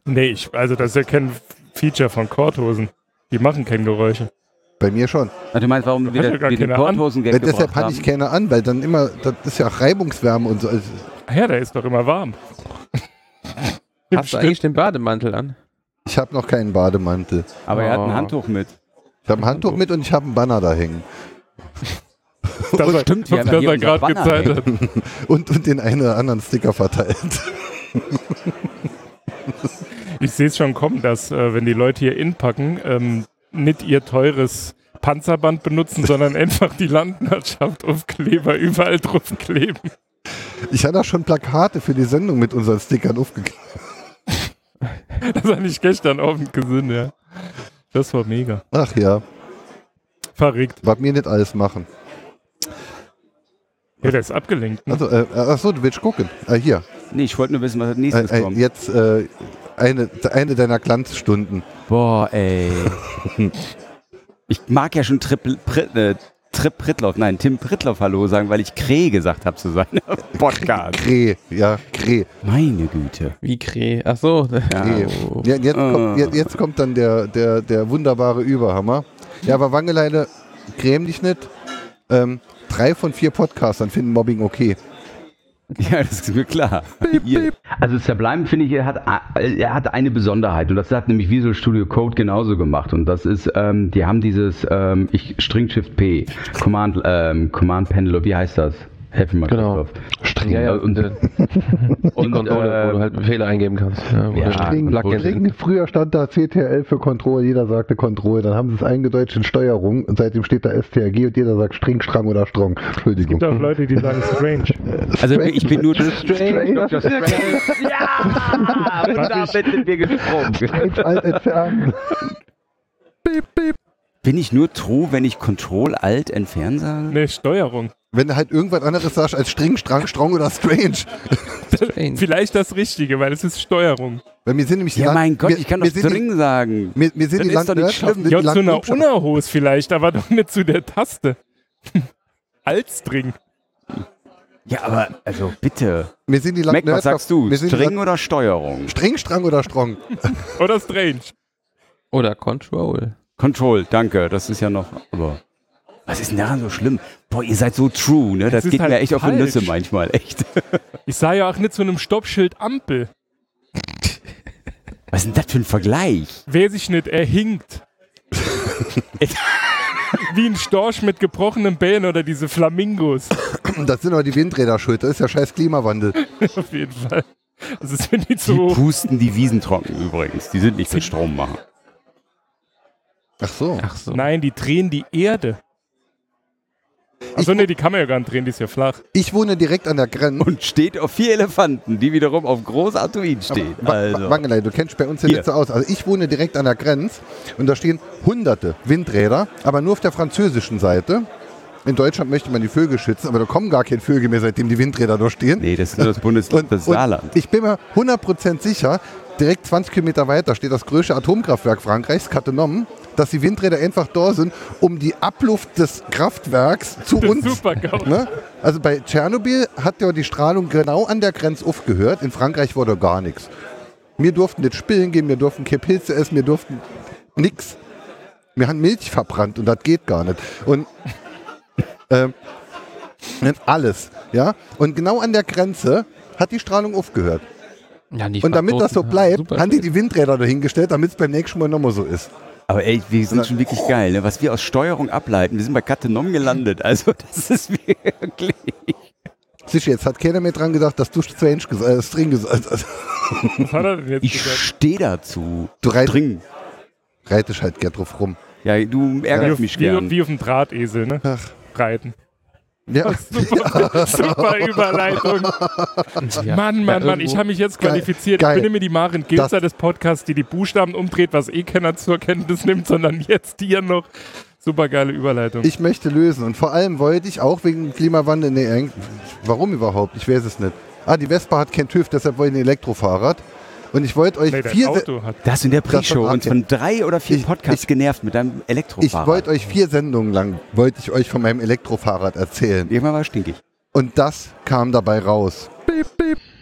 Speaker 3: Nee, ich, also das ist ja kein Feature von Korthosen. Die machen keine Geräusche.
Speaker 1: Bei mir schon.
Speaker 2: Ach, du meinst, warum wir,
Speaker 3: hat ja
Speaker 2: das-
Speaker 3: gar
Speaker 2: wir den
Speaker 3: keiner an.
Speaker 1: Ja,
Speaker 2: Korthosen-Gag
Speaker 1: deshalb
Speaker 2: gebracht
Speaker 1: hatte
Speaker 2: haben?
Speaker 1: ich keine an, weil dann immer, das ist ja auch Reibungswärme und so. Also,
Speaker 3: Ach ja, da ist doch immer warm. Im
Speaker 4: Hast du
Speaker 3: Schnitt.
Speaker 4: eigentlich den Bademantel an?
Speaker 1: ich habe noch keinen Bademantel.
Speaker 2: Aber er hat ein
Speaker 4: Oh.
Speaker 2: Handtuch mit.
Speaker 1: Ich habe ein Handtuch mit und ich habe einen Banner da hängen.
Speaker 3: das war-
Speaker 2: stimmt, die haben ja
Speaker 3: das
Speaker 2: hier
Speaker 3: er
Speaker 2: unser
Speaker 3: gerade
Speaker 2: Banner
Speaker 3: gezeigt hat.
Speaker 1: Und, und den einen oder anderen Sticker verteilt.
Speaker 3: Ich sehe es schon kommen, dass äh, wenn die Leute hier inpacken, ähm, nicht ihr teures Panzerband benutzen, sondern einfach die Landwirtschaft auf Kleber überall drauf kleben.
Speaker 1: Ich hatte auch schon Plakate für die Sendung mit unseren Stickern aufgeklebt.
Speaker 3: Das habe ich gestern Abend gesehen, ja. Das war mega.
Speaker 1: Ach ja,
Speaker 3: Verrückt.
Speaker 1: was mir nicht alles machen.
Speaker 3: Ja, der ist abgelenkt. Ne?
Speaker 1: Also, äh, achso, du willst gucken. Äh, hier,
Speaker 2: Nee, ich wollte nur wissen, was als
Speaker 1: äh,
Speaker 2: nächstes
Speaker 1: äh,
Speaker 2: kommt.
Speaker 1: jetzt äh, eine, eine deiner Glanzstunden.
Speaker 2: Boah, ey. ich mag ja schon Triple, Pri- äh, Trip Prittloff, nein, Tim Prittloff Hallo sagen, weil ich Kree gesagt habe zu seinem Podcast.
Speaker 1: Kreh, ja, Kreh.
Speaker 2: Meine Güte.
Speaker 4: Wie Kreh. Ach so.
Speaker 1: Kreh.
Speaker 4: Oh.
Speaker 1: Ja, jetzt, kommt, jetzt, jetzt kommt dann der, der, der wunderbare Überhammer. Ja, aber Wangeleine, creme dich nicht. Ähm, drei von vier Podcastern finden Mobbing okay.
Speaker 2: Ja, das ist mir klar. Ihr,
Speaker 6: Also Sublime, finde ich, er hat, er hat eine Besonderheit und das hat nämlich Visual Studio Code genauso gemacht und das ist, ähm, die haben dieses, ähm, ich, String Shift P, Command, ähm, Command Panel, oder wie heißt das? Helfen mal
Speaker 4: Genau.
Speaker 6: Christoph.
Speaker 7: String.
Speaker 6: Ja, ja, und-
Speaker 7: und, äh, die
Speaker 6: Und, äh,
Speaker 7: Konsole, wo du halt Befehle eingeben kannst. Ja, wo
Speaker 6: Ja,
Speaker 7: du ein Plugin
Speaker 1: Früher stand da CTRL für Control, jeder sagte Control. Dann haben sie es eingedeutscht in Steuerung und seitdem steht da STRG und jeder sagt String, Strang oder Strong. Entschuldigung.
Speaker 3: Gibt auch Leute, die sagen strange.
Speaker 2: also ich bin nur
Speaker 6: Dr. Strange. Ja! Und damit sind wir gesprungen.
Speaker 1: Alt entfernen.
Speaker 2: bin ich nur true, wenn ich Control Alt entfernen sage?
Speaker 3: Nee, Steuerung.
Speaker 1: Wenn du halt irgendwas anderes sagst als String, Strang, Strong oder Strange.
Speaker 4: Strange.
Speaker 3: Vielleicht das Richtige, weil es ist Steuerung.
Speaker 1: Weil mir sind nämlich die
Speaker 2: Ja,
Speaker 1: Land-
Speaker 2: mein Gott,
Speaker 1: mir-
Speaker 2: ich kann doch
Speaker 1: mir sind die-
Speaker 2: String sagen.
Speaker 1: Mir, mir sind
Speaker 2: Das
Speaker 1: die
Speaker 2: ist doch nicht schlimm.
Speaker 1: Landwirtschaften.
Speaker 3: Ja, zu einer
Speaker 1: Landwirtschaft-
Speaker 3: Unerhose vielleicht, aber doch nicht zu der Taste. Alstring.
Speaker 2: Ja, aber also bitte.
Speaker 1: Mir sind die
Speaker 2: Mac,
Speaker 1: Lampen
Speaker 2: was sagst du?
Speaker 1: Mir sind
Speaker 2: String
Speaker 1: String,
Speaker 2: oder Steuerung?
Speaker 1: String, Strang oder Strong?
Speaker 3: Oder Strange.
Speaker 4: Oder Control.
Speaker 2: Control, danke. Das ist ja noch. Aber was ist denn daran so schlimm? Boah, ihr seid so true, ne? Das
Speaker 3: ist
Speaker 2: geht
Speaker 3: halt
Speaker 2: mir echt auf die
Speaker 3: falsch.
Speaker 2: Nüsse manchmal, echt.
Speaker 3: Ich sah ja auch nicht zu einem Stoppschild Ampel.
Speaker 2: Was ist denn das für ein Vergleich?
Speaker 3: Wer sich nicht, er hinkt. Wie ein Storch mit gebrochenem Bein oder diese Flamingos.
Speaker 1: Das sind aber die Windräder schuld. Das ist ja scheiß Klimawandel.
Speaker 3: Auf jeden Fall. Das ist, wenn die
Speaker 2: Die
Speaker 3: zu hoch.
Speaker 2: pusten die Wiesen trocken übrigens. Die sind nicht mit Strom machen.
Speaker 1: Ach so.
Speaker 4: Ach so.
Speaker 3: Nein, die drehen die Erde. Achso,
Speaker 1: Ich,
Speaker 3: nee, die kann man ja gar nicht drehen, die ist ja flach.
Speaker 1: ich wohne direkt an der Grenze.
Speaker 2: Und steht auf vier Elefanten, die wiederum auf Großartuin stehen.
Speaker 1: Wa- Wa-
Speaker 2: Also.
Speaker 1: Wangelei, du kennst dich bei uns hier
Speaker 2: Hier.
Speaker 1: nicht so aus. Also ich wohne direkt an der Grenze und da stehen hunderte Windräder, aber nur auf der französischen Seite. In Deutschland möchte man die Vögel schützen, aber da kommen gar keine Vögel mehr, seitdem die Windräder da stehen.
Speaker 2: Nee, das ist nur das Bundesland,
Speaker 1: Und,
Speaker 2: das
Speaker 1: und
Speaker 2: Saarland.
Speaker 1: ich bin mir 100% sicher, direkt 20 Kilometer weiter steht das größte Atomkraftwerk Frankreichs, Cattenom, dass die Windräder einfach da sind, um die Abluft des Kraftwerks zu uns.
Speaker 3: Super geil.
Speaker 1: Ne? Also bei Tschernobyl hat ja die Strahlung genau an der Grenze aufgehört. In Frankreich wurde gar nichts. Wir durften nicht spillen gehen, wir durften keine Pilze essen, wir durften nichts. Wir haben Milch verbrannt und das geht gar nicht. Und ähm, nicht alles. Ja? Und genau an der Grenze hat die Strahlung aufgehört.
Speaker 4: Ja, nicht
Speaker 1: Und damit das so
Speaker 4: verboten.
Speaker 1: bleibt,
Speaker 4: Super
Speaker 1: haben die
Speaker 4: schön.
Speaker 1: die Windräder dahingestellt, damit es beim nächsten Mal nochmal so ist.
Speaker 2: Aber ey, wir sind schon wirklich geil, ne? Was wir aus Steuerung ableiten, wir sind bei Katenom gelandet. Also, das ist wirklich.
Speaker 1: Sicher, jetzt hat keiner mehr dran gedacht, dass du Strange gesagt äh, String gesagt hast.
Speaker 3: Was hat er denn jetzt
Speaker 2: Ich
Speaker 3: gesagt?
Speaker 2: stehe dazu.
Speaker 1: Du reit,
Speaker 2: Dring.
Speaker 1: reitest halt gern drauf rum.
Speaker 2: Ja, du
Speaker 3: Wie
Speaker 2: ärgerst
Speaker 3: auf,
Speaker 2: mich
Speaker 3: wie, auf-
Speaker 2: gern.
Speaker 3: wie auf dem Drahtesel, ne?
Speaker 1: Ach.
Speaker 3: Reiten.
Speaker 1: Ja.
Speaker 3: Super, super Überleitung.
Speaker 4: Ja.
Speaker 3: Mann, Mann,
Speaker 4: Ja,
Speaker 3: Mann,
Speaker 4: irgendwo-
Speaker 3: ich habe mich jetzt
Speaker 1: Geil,
Speaker 3: qualifiziert.
Speaker 1: geil.
Speaker 3: Ich bin mir die Maren Gilzer des Podcasts, die die Buchstaben umdreht, was eh keiner zur Kenntnis nimmt, sondern jetzt dir noch. Super geile Überleitung.
Speaker 1: Ich möchte lösen. Und vor allem wollte ich auch wegen dem Klimawandel. Nee, eigentlich- warum überhaupt? Ich weiß es nicht. Ah, die Vespa hat kein TÜV, deshalb wollen die ein Elektrofahrrad. Und ich wollte euch
Speaker 3: nee, dein
Speaker 1: vier. Se-
Speaker 3: Auto hat.
Speaker 2: Da hast du in der
Speaker 1: Das
Speaker 2: Pre-Show
Speaker 1: war-
Speaker 2: uns von drei oder vier
Speaker 1: Ich-
Speaker 2: Podcasts
Speaker 1: ich-
Speaker 2: genervt mit deinem
Speaker 1: Ich
Speaker 2: Elektrofahrrad.
Speaker 1: wollte euch vier Sendungen lang wollte ich euch von meinem Elektrofahrrad erzählen.
Speaker 2: Irgendwann war es stinkig.
Speaker 1: Und das kam dabei raus.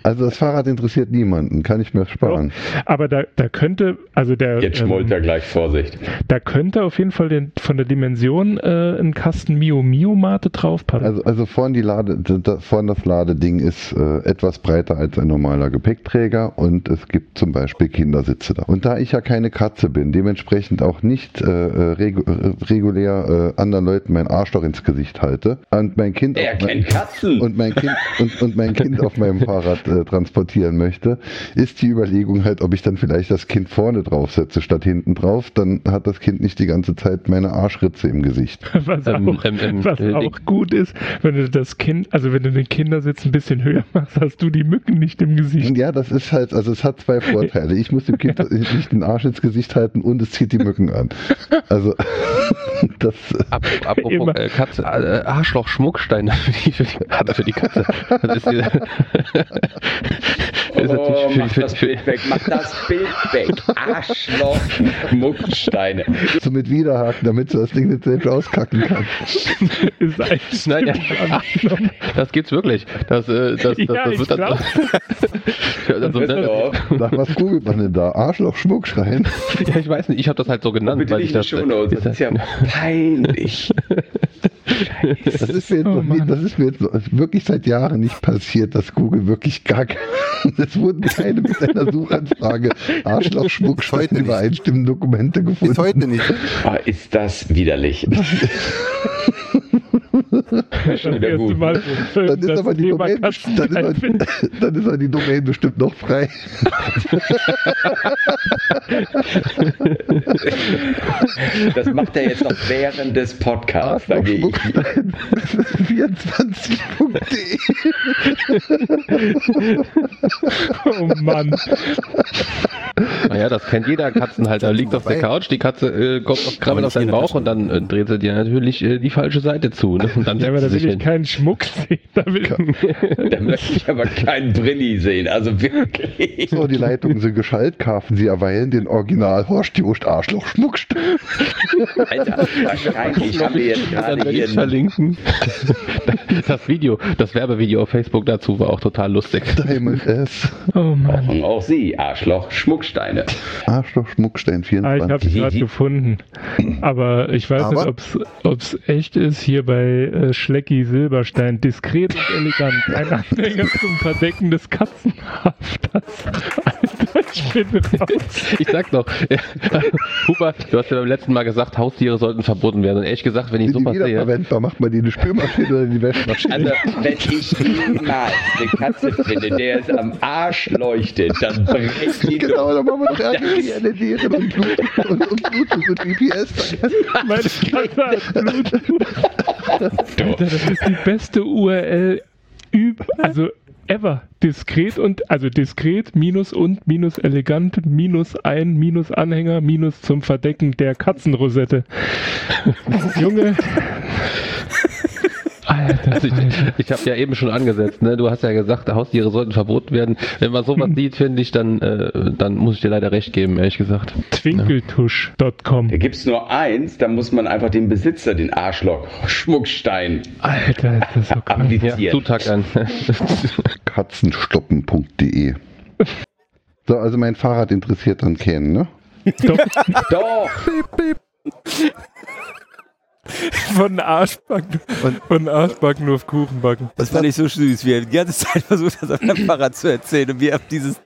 Speaker 1: Also das Fahrrad interessiert niemanden, kann ich mir sparen.
Speaker 3: Aber da, da könnte, also der.
Speaker 6: Jetzt
Speaker 5: äh,
Speaker 6: schmollt er gleich, Vorsicht.
Speaker 3: Da könnte auf jeden Fall den, von der Dimension äh, ein Kasten Mio Mio Mate draufpacken.
Speaker 1: Also, also vorn, die Lade, d- d- vorn das Ladeding ist äh, etwas breiter als ein normaler Gepäckträger und es gibt zum Beispiel Kindersitze da. Und da ich ja keine Katze bin, dementsprechend auch nicht äh, äh, regu äh, regulär äh, anderen Leuten mein Arschloch ins Gesicht halte und mein Kind,
Speaker 6: Er
Speaker 1: auf, mein,
Speaker 6: kennt Katzen.
Speaker 1: und mein kind, und, und mein kind auf meinem Fahrrad äh, transportieren möchte, ist die Überlegung halt, ob ich dann vielleicht das Kind vorne draufsetze statt hinten drauf, dann hat das Kind nicht die ganze Zeit meine Arschritze im Gesicht.
Speaker 3: was
Speaker 7: Ähm,
Speaker 3: auch,
Speaker 7: ähm, ähm,
Speaker 3: was
Speaker 7: äh,
Speaker 3: auch gut ist, wenn du das Kind, also wenn du den Kindersitz ein bisschen höher machst, hast du die Mücken nicht im Gesicht.
Speaker 1: Ja, das ist halt, also es hat zwei Vorteile. Ich muss dem Kind nicht den Arsch ins Gesicht halten und es zieht die Mücken an. Also das
Speaker 7: Ap apropos
Speaker 3: Immer.
Speaker 7: äh, Katze, äh, Arschloch Schmuckstein für die, für die, hat er für die Katze. Das ist, die- das ist
Speaker 6: Oh, mach
Speaker 7: natürlich für,
Speaker 6: das
Speaker 7: für, für,
Speaker 6: Bild weg, mach das Bild weg. Arschloch, Mucksteine.
Speaker 1: musst du mit wiederhaken, damit du das Ding nicht selbst auskacken kannst.
Speaker 3: Ist eigentlich
Speaker 7: Nein, ja.
Speaker 3: typisch angenommen.
Speaker 7: das gibt's wirklich. Das, äh, das, das,
Speaker 3: Ja,
Speaker 7: das
Speaker 3: ich
Speaker 7: wird dann. also,
Speaker 4: äh,
Speaker 7: ne,
Speaker 6: Düsseldorf.
Speaker 1: Nach was googelt man denn da? Arschloch Schmuckschrein.
Speaker 7: ja, ich weiß nicht, ich habe das halt so genannt,
Speaker 6: Bitte
Speaker 7: weil
Speaker 6: nicht
Speaker 7: ich
Speaker 6: in die
Speaker 7: das.
Speaker 6: Shownotes, das ist ja peinlich.
Speaker 1: Das ist mir jetzt,
Speaker 3: Oh
Speaker 1: noch nie,
Speaker 3: Mann.
Speaker 1: das ist mir jetzt noch, ist wirklich seit Jahren nicht passiert, dass Google wirklich gar keine. Es wurden keine mit einer Suchanfrage Arschloch Schmuckschrein übereinstimmenden Dokumente gefunden. Bis heute nicht.
Speaker 6: Oh, ist das widerlich. Schon
Speaker 3: Das
Speaker 6: wieder
Speaker 3: erste
Speaker 6: gut.
Speaker 3: Mal
Speaker 1: Dann ist,
Speaker 3: das
Speaker 1: aber die
Speaker 3: Thema
Speaker 1: Domain, dann,
Speaker 3: Katzen
Speaker 1: ist aber, dann ist aber die Domain bestimmt noch frei.
Speaker 6: Das macht er jetzt noch während des Podcasts. Da gehe ich.
Speaker 1: 24.de.
Speaker 3: um Oh Mann.
Speaker 4: Naja, Ah das kennt jeder Katzenhalter. Liegt auf der Couch, die Katze äh, kommt auf, krabbelt auf seinen Bauch und dann äh, dreht sie dir natürlich äh, die falsche Seite zu. Ne? Und dann
Speaker 3: Ja, aber
Speaker 4: setzt
Speaker 3: da
Speaker 4: sie sich
Speaker 3: will ich
Speaker 4: hin.
Speaker 3: keinen Schmuck sehen. Da will
Speaker 6: Da möchte ich aber keinen Brilli sehen, also wirklich.
Speaker 7: So, Oh, die Leitungen sind geschaltet, kaufen Sie erweilen den Original Oh, Horst Jost Arschloch Schmuckstück.
Speaker 6: Alter, wahrscheinlich haben wir jetzt
Speaker 4: Dann
Speaker 6: gerade
Speaker 4: werde
Speaker 6: hier
Speaker 4: ich
Speaker 6: einen
Speaker 4: verlinken. Das Video, das Werbevideo auf Facebook dazu war auch total lustig.
Speaker 7: Einmal S.
Speaker 3: oh Mann.
Speaker 6: Und auch Sie, Arschloch, Schmucksteine.
Speaker 7: Arschloch Schmuckstein
Speaker 3: Ah, ich
Speaker 7: 24.
Speaker 3: habe es gerade gefunden. Aber ich weiß
Speaker 7: Aber?
Speaker 3: nicht, ob es echt ist. Hier bei äh, Schlecki Silberstein. Diskret und elegant. Ein Anhänger zum Verdecken des Katzenhafters. Alter, ich bin raus.
Speaker 4: Ich sag doch, Huber, du hast ja beim letzten Mal gesagt, Haustiere sollten verboten werden. Und ehrlich gesagt, wenn ich
Speaker 7: Sind die
Speaker 4: sowas sehe,
Speaker 7: wiederverwendbar? Macht man die in die Spülmaschine oder in die Wäschmaschine?
Speaker 6: Also, wenn ich niemals eine Katze finde, der es am Arsch leuchtet, dann breche ich ihn
Speaker 7: Genau, dann machen wir doch irgendwie eine Diät und Bluetooth und, und, Bluetooth und E GPS.
Speaker 3: Meine Katze hat Blut. Alter, das ist die beste URL. üb- Also ever. Diskret und, also diskret minus und minus elegant minus ein minus Anhänger minus zum Verdecken der Katzenrosette. Junge.
Speaker 4: Also ich, ich habe ja eben schon angesetzt, ne? Du hast ja gesagt, Haustiere sollten verboten werden. Wenn man sowas sieht, finde ich, dann, äh, dann muss ich dir leider recht geben, ehrlich gesagt.
Speaker 3: Twinkeltusch.com.
Speaker 6: Da gibt's nur eins, da muss man einfach den Besitzer, den Arschloch, Schmuckstein
Speaker 3: Alter, ist das so krass.
Speaker 4: Ja,
Speaker 6: abdizieren.
Speaker 4: zutackern.
Speaker 7: Katzenstoppen.de E. So, also mein Fahrrad interessiert dann keinen, ne?
Speaker 6: Doch!
Speaker 3: Von Arschbacken, von Arschbacken auf Kuchenbacken.
Speaker 2: Das war nicht so süß. Wir haben die ganze Zeit versucht, das auf dem Fahrrad zu erzählen und wir auf dieses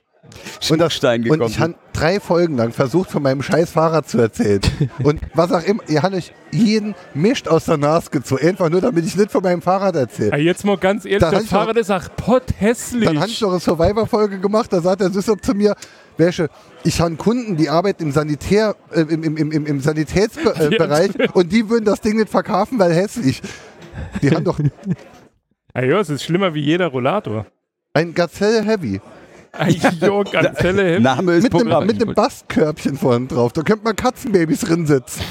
Speaker 2: Schmuckstein
Speaker 7: Und
Speaker 2: gekommen.
Speaker 7: ich habe drei Folgen lang versucht, von meinem scheiß Fahrrad zu erzählen. Und was auch immer, ihr habt euch jeden Mist aus der Nase gezogen. Einfach nur, damit ich nicht von meinem Fahrrad
Speaker 3: Ah,
Speaker 7: erzähle.
Speaker 3: jetzt mal ganz ehrlich,
Speaker 7: Da
Speaker 3: das
Speaker 7: hab ich doch-
Speaker 3: Fahrrad ist auch potthässlich.
Speaker 7: Dann habe ich noch eine Survivor-Folge gemacht, da sagt der Süßer zu mir, Wäsche, ich habe Kunden, die arbeiten im Sanitär, äh, im, im, im, im, im
Speaker 3: Die
Speaker 7: Sanitätsbereich und die würden das Ding nicht verkaufen, weil hässlich. Die haben doch
Speaker 3: Ah, ja, es ist schlimmer wie jeder Rollator.
Speaker 7: ein Gazelle Heavy.
Speaker 3: Ah, jo, ganz helle Hip.
Speaker 2: Name ist
Speaker 7: Mit einem,
Speaker 2: Programm.
Speaker 7: mit einem Bastkörbchen vorne drauf. Da könnte man Katzenbabys drin sitzen.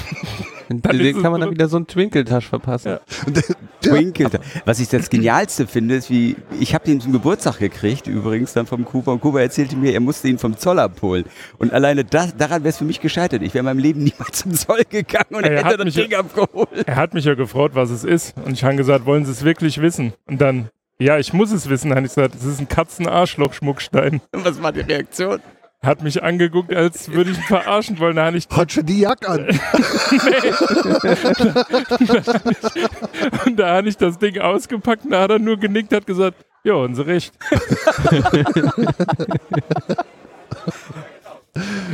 Speaker 8: Und
Speaker 3: Dann ist
Speaker 8: Den
Speaker 3: es
Speaker 8: kann man
Speaker 3: so-
Speaker 8: dann wieder so einen Twinkeltasch verpassen.
Speaker 2: Twinkelt. Was ich das Genialste finde, ist, wie ich habe den zum Geburtstag gekriegt, übrigens dann vom Cooper. Und Cooper erzählte mir, er musste ihn vom Zoll abholen. Und alleine das, daran wäre es für mich gescheitert. Ich wäre in meinem Leben niemals zum Zoll gegangen und
Speaker 3: Er hat
Speaker 2: hätte das
Speaker 3: mich-
Speaker 2: Ding abgeholt.
Speaker 3: Er hat mich ja gefragt, was es ist. Und ich habe gesagt, wollen Sie es wirklich wissen? Und dann, ja, ich muss es wissen, habe ich gesagt, es ist ein Katzenarschloch-Schmuckstein.
Speaker 2: Was war die Reaktion?
Speaker 3: Er Hat mich angeguckt, als würde ich ihn verarschen wollen. Da habe ich,
Speaker 7: Hat schon die Jacke an.
Speaker 3: da hab ich das Ding ausgepackt und da hat er nur genickt, hat gesagt, ja, haben Sie recht.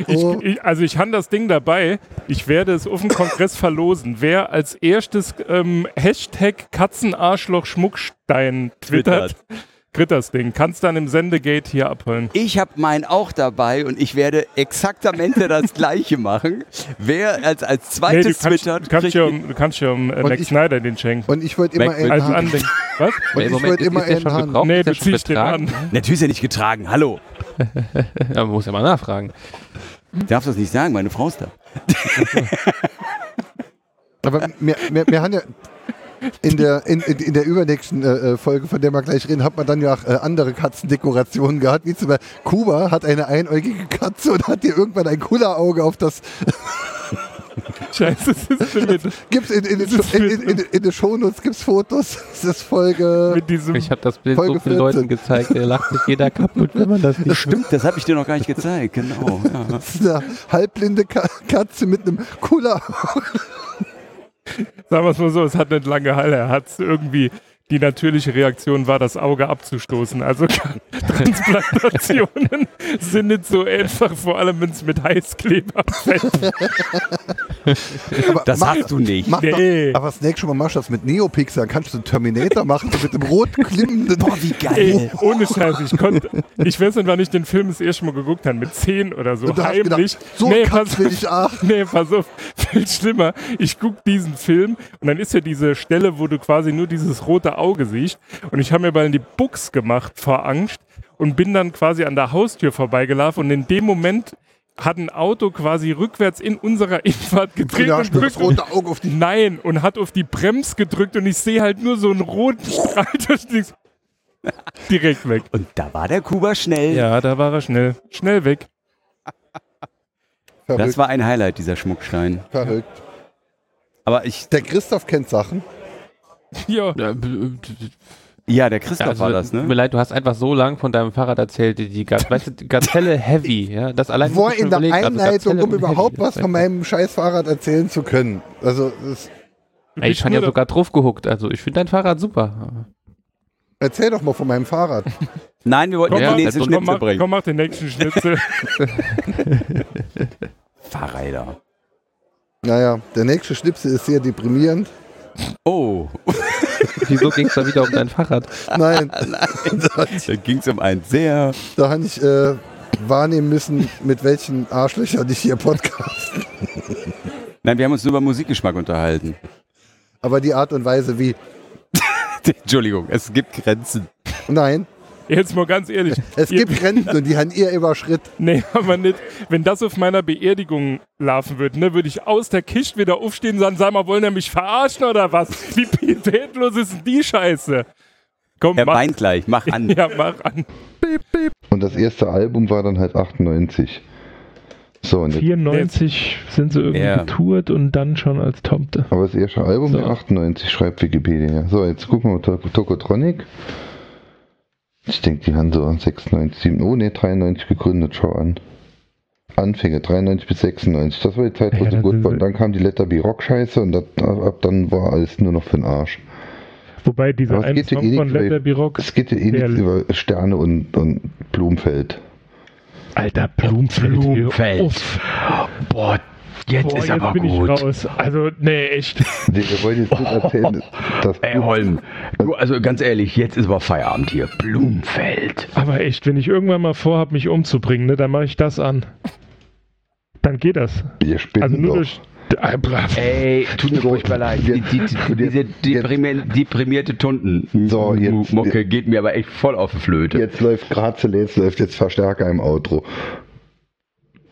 Speaker 3: Ich,
Speaker 7: Oh.
Speaker 3: ich, also ich habe das Ding dabei. Ich werde es auf dem Kongress verlosen. Wer als erstes ähm, Hashtag Katzenarschloch Schmuckstein twittert, kriegt das Ding. Kannst dann im Sendegate hier abholen.
Speaker 2: Ich habe meinen auch dabei und ich werde exaktamente das gleiche machen. Wer als, als
Speaker 3: Nee, du
Speaker 2: zweites
Speaker 3: kannst, du
Speaker 2: twittert,
Speaker 3: kannst
Speaker 2: kriegt
Speaker 3: ja, du kannst ja um, äh,
Speaker 7: Und
Speaker 3: Max
Speaker 7: ich-
Speaker 3: Snyder den schenken.
Speaker 7: Und ich wollte immer
Speaker 2: Mac-
Speaker 7: einen
Speaker 3: Als
Speaker 7: haben.
Speaker 3: Anding. Was?
Speaker 7: Und ich wollte immer
Speaker 4: der
Speaker 7: einen haben.
Speaker 3: Nee,
Speaker 4: Ist der
Speaker 3: du
Speaker 4: schon
Speaker 3: ziehst den
Speaker 4: betragen?
Speaker 3: an.
Speaker 2: Natürlich ist er nicht getragen. Hallo.
Speaker 8: Ja, man muss ja mal nachfragen.
Speaker 2: Darfst du das nicht sagen? Meine Frau ist da.
Speaker 7: Aber wir, wir, wir haben ja in der, in, in in der übernächsten äh, äh, Folge, von der wir gleich reden, hat man dann ja auch äh, andere Katzendekorationen gehabt. Wie zum Beispiel Kuba hat eine einäugige Katze und hat ihr irgendwann ein Kullerauge auf das.
Speaker 3: Scheiße, es ist mit,
Speaker 7: Gibt's in, in, in,
Speaker 3: Das ist
Speaker 7: in, in, in, in den Shownotes gibt's Fotos. Das ist Folge.
Speaker 3: mit diesem.
Speaker 4: Ich habe das Bild so
Speaker 7: Folge
Speaker 4: vielen
Speaker 7: 14.
Speaker 4: Leuten gezeigt, der lacht sich jeder kaputt, wenn man das nicht
Speaker 2: Stimmt, das habe ich dir noch gar nicht gezeigt. Genau. Ja.
Speaker 7: Das ist eine halbblinde Ka Katze mit einem Kullerauge.
Speaker 3: Sagen wir es mal so, es hat nicht lange Halle. Er hat irgendwie die natürliche Reaktion war, das Auge abzustoßen. Also Transplantationen sind nicht so einfach, vor allem wenn es mit Heißkleber fällt.
Speaker 7: Aber
Speaker 2: Das
Speaker 7: mach-
Speaker 2: hast du nicht.
Speaker 7: Mach
Speaker 3: Nee.
Speaker 7: doch, aber Snake schon mal machst du das mit Neopixel, dann kannst du Terminator machen, so mit dem rot glimmenden. Boah,
Speaker 2: Wie
Speaker 3: Ey,
Speaker 2: geil.
Speaker 3: ohne Scheiß, ich konnte, ich weiß nicht, wann ich den Film das erste Mal geguckt habe, mit 10 oder so,
Speaker 7: Oh, Und da hab ich
Speaker 3: heimlich.
Speaker 7: gedacht, so ein Katz
Speaker 3: pass-
Speaker 7: will ich auch.
Speaker 3: Nee, pass auf, viel schlimmer. Ich gucke diesen Film und dann ist ja diese Stelle, wo du quasi nur dieses rote Auge siehst und ich habe mir mal in die Buchs gemacht vor Angst und bin dann quasi an der Haustür vorbeigelaufen und in dem Moment hat ein Auto quasi rückwärts in unserer Infahrt gedreht
Speaker 1: Ja,
Speaker 3: und
Speaker 1: stimmt, das
Speaker 3: drückt
Speaker 1: rote Auge auf die.
Speaker 3: Nein, und hat auf die Brems gedrückt und ich sehe halt nur so einen roten Strahl durch links. Direkt weg.
Speaker 2: Und da war der Kuba schnell.
Speaker 3: Ja, da war er schnell. Schnell weg.
Speaker 2: Das
Speaker 1: Verrückt,
Speaker 2: war ein Highlight, dieser Schmuckstein.
Speaker 1: verrückt.
Speaker 2: Aber ich,
Speaker 1: Der Christoph kennt Sachen.
Speaker 3: Ja,
Speaker 4: Ja, äh, b- b-
Speaker 2: ja, der Christoph
Speaker 4: also,
Speaker 2: war das,
Speaker 4: Tut mir
Speaker 2: ne?
Speaker 4: leid, du hast einfach so lang von deinem Fahrrad erzählt, die, die Gaz- weißt du, Gazelle Heavy, ja, das allein.
Speaker 1: Vor
Speaker 4: muss ich
Speaker 1: in
Speaker 4: mir
Speaker 1: der
Speaker 4: überlegen, also
Speaker 1: Einleitung,
Speaker 4: Gazelle
Speaker 1: um
Speaker 4: und
Speaker 1: überhaupt
Speaker 4: Heavy,
Speaker 1: was
Speaker 4: das
Speaker 1: von
Speaker 4: weiß
Speaker 1: meinem Scheißfahrrad erzählen zu können. Also, das,
Speaker 3: du
Speaker 4: ich. Ich
Speaker 3: bist
Speaker 4: fand ja
Speaker 3: nur
Speaker 4: sogar draufgehuckt, also ich finde dein Fahrrad super.
Speaker 1: erzähl doch mal von meinem Fahrrad.
Speaker 2: Nein, wir wollten
Speaker 3: Komm,
Speaker 2: ja,
Speaker 3: mach-
Speaker 2: die nächste
Speaker 3: der- komm,
Speaker 2: Schnipsel
Speaker 3: mach,
Speaker 2: bringen.
Speaker 3: komm, mach den nächsten Schnitzel.
Speaker 2: Fahrräder.
Speaker 1: Naja, der nächste Schnipsel ist sehr deprimierend.
Speaker 2: Oh,
Speaker 4: Wieso ging es da wieder um dein Fahrrad?
Speaker 1: Nein,
Speaker 2: da ging es um ein sehr.
Speaker 1: da habe ich äh, wahrnehmen müssen, mit welchen Arschlöchern ich hier podcast.
Speaker 2: Nein, wir haben uns nur über Musikgeschmack unterhalten.
Speaker 1: Aber die Art und Weise wie.
Speaker 2: Entschuldigung, es gibt Grenzen.
Speaker 1: Nein,
Speaker 3: Jetzt mal ganz ehrlich.
Speaker 1: es
Speaker 3: Ihr-
Speaker 1: gibt Grenzen und die haben ihr überschritt.
Speaker 3: Nee, aber nicht. Wenn das auf meiner Beerdigung laufen würde, ne, würde ich aus der Kiste wieder aufstehen und sagen, sag mal, wollen er mich verarschen oder was? Wie pietätlos ist denn die Scheiße? Komm,
Speaker 2: Er
Speaker 3: mach,
Speaker 2: weint gleich, mach an.
Speaker 3: ja, mach an.
Speaker 1: Und das erste Album war dann halt 98. So, und
Speaker 3: 94
Speaker 7: sind sie irgendwie
Speaker 2: Ja.
Speaker 7: getourt und dann schon als Tomte.
Speaker 1: aber das erste Album
Speaker 7: So.
Speaker 1: war 98, schreibt Wikipedia. So, jetzt gucken wir mal Tok- Tokotronic. Ich denke, die haben so 96, 7, oh ne, 93 gegründet, schau an. Anfänge, 93 bis 96. Das war die Zeit, wo
Speaker 7: Ja,
Speaker 1: sie
Speaker 7: dann
Speaker 1: gut
Speaker 7: sind
Speaker 1: waren.
Speaker 7: sie-
Speaker 1: Dann kam die Letter B Rock-Scheiße und das, ab dann war alles nur noch für den Arsch.
Speaker 3: Wobei dieser
Speaker 1: Aber es
Speaker 3: eine
Speaker 1: geht ja
Speaker 3: Song
Speaker 1: eh
Speaker 3: von
Speaker 1: nicht, weil-
Speaker 3: Letter Be Rock,
Speaker 1: Es geht ja eh nichts
Speaker 3: Ehrlich.
Speaker 1: über Sterne und, und Blumfeld.
Speaker 7: Alter, Blumfeld.
Speaker 6: Blumfeld. Boah, jetzt
Speaker 3: boah,
Speaker 6: ist
Speaker 3: jetzt
Speaker 6: aber
Speaker 3: bin
Speaker 6: gut.
Speaker 3: ich raus. Also, nee, echt.
Speaker 1: Nee, wir wollen jetzt nicht erzählen, dass
Speaker 6: Ey, Holm, du, also ganz ehrlich, jetzt ist aber Feierabend hier. Blumfeld.
Speaker 3: Aber echt, wenn ich irgendwann mal vorhab, mich umzubringen, ne, dann mache ich das an. Dann geht das.
Speaker 1: wir spinnen
Speaker 3: Also nur
Speaker 1: doch.
Speaker 3: durch. Ah, brav.
Speaker 6: Ey, tut mir furchtbar leid. Die, die, die, diese deprimi deprimierte Tunden.
Speaker 1: So, jetzt-
Speaker 6: Mucke geht mir aber echt voll auf die Flöte.
Speaker 1: Jetzt läuft Grazel, jetzt läuft jetzt Verstärker im Outro.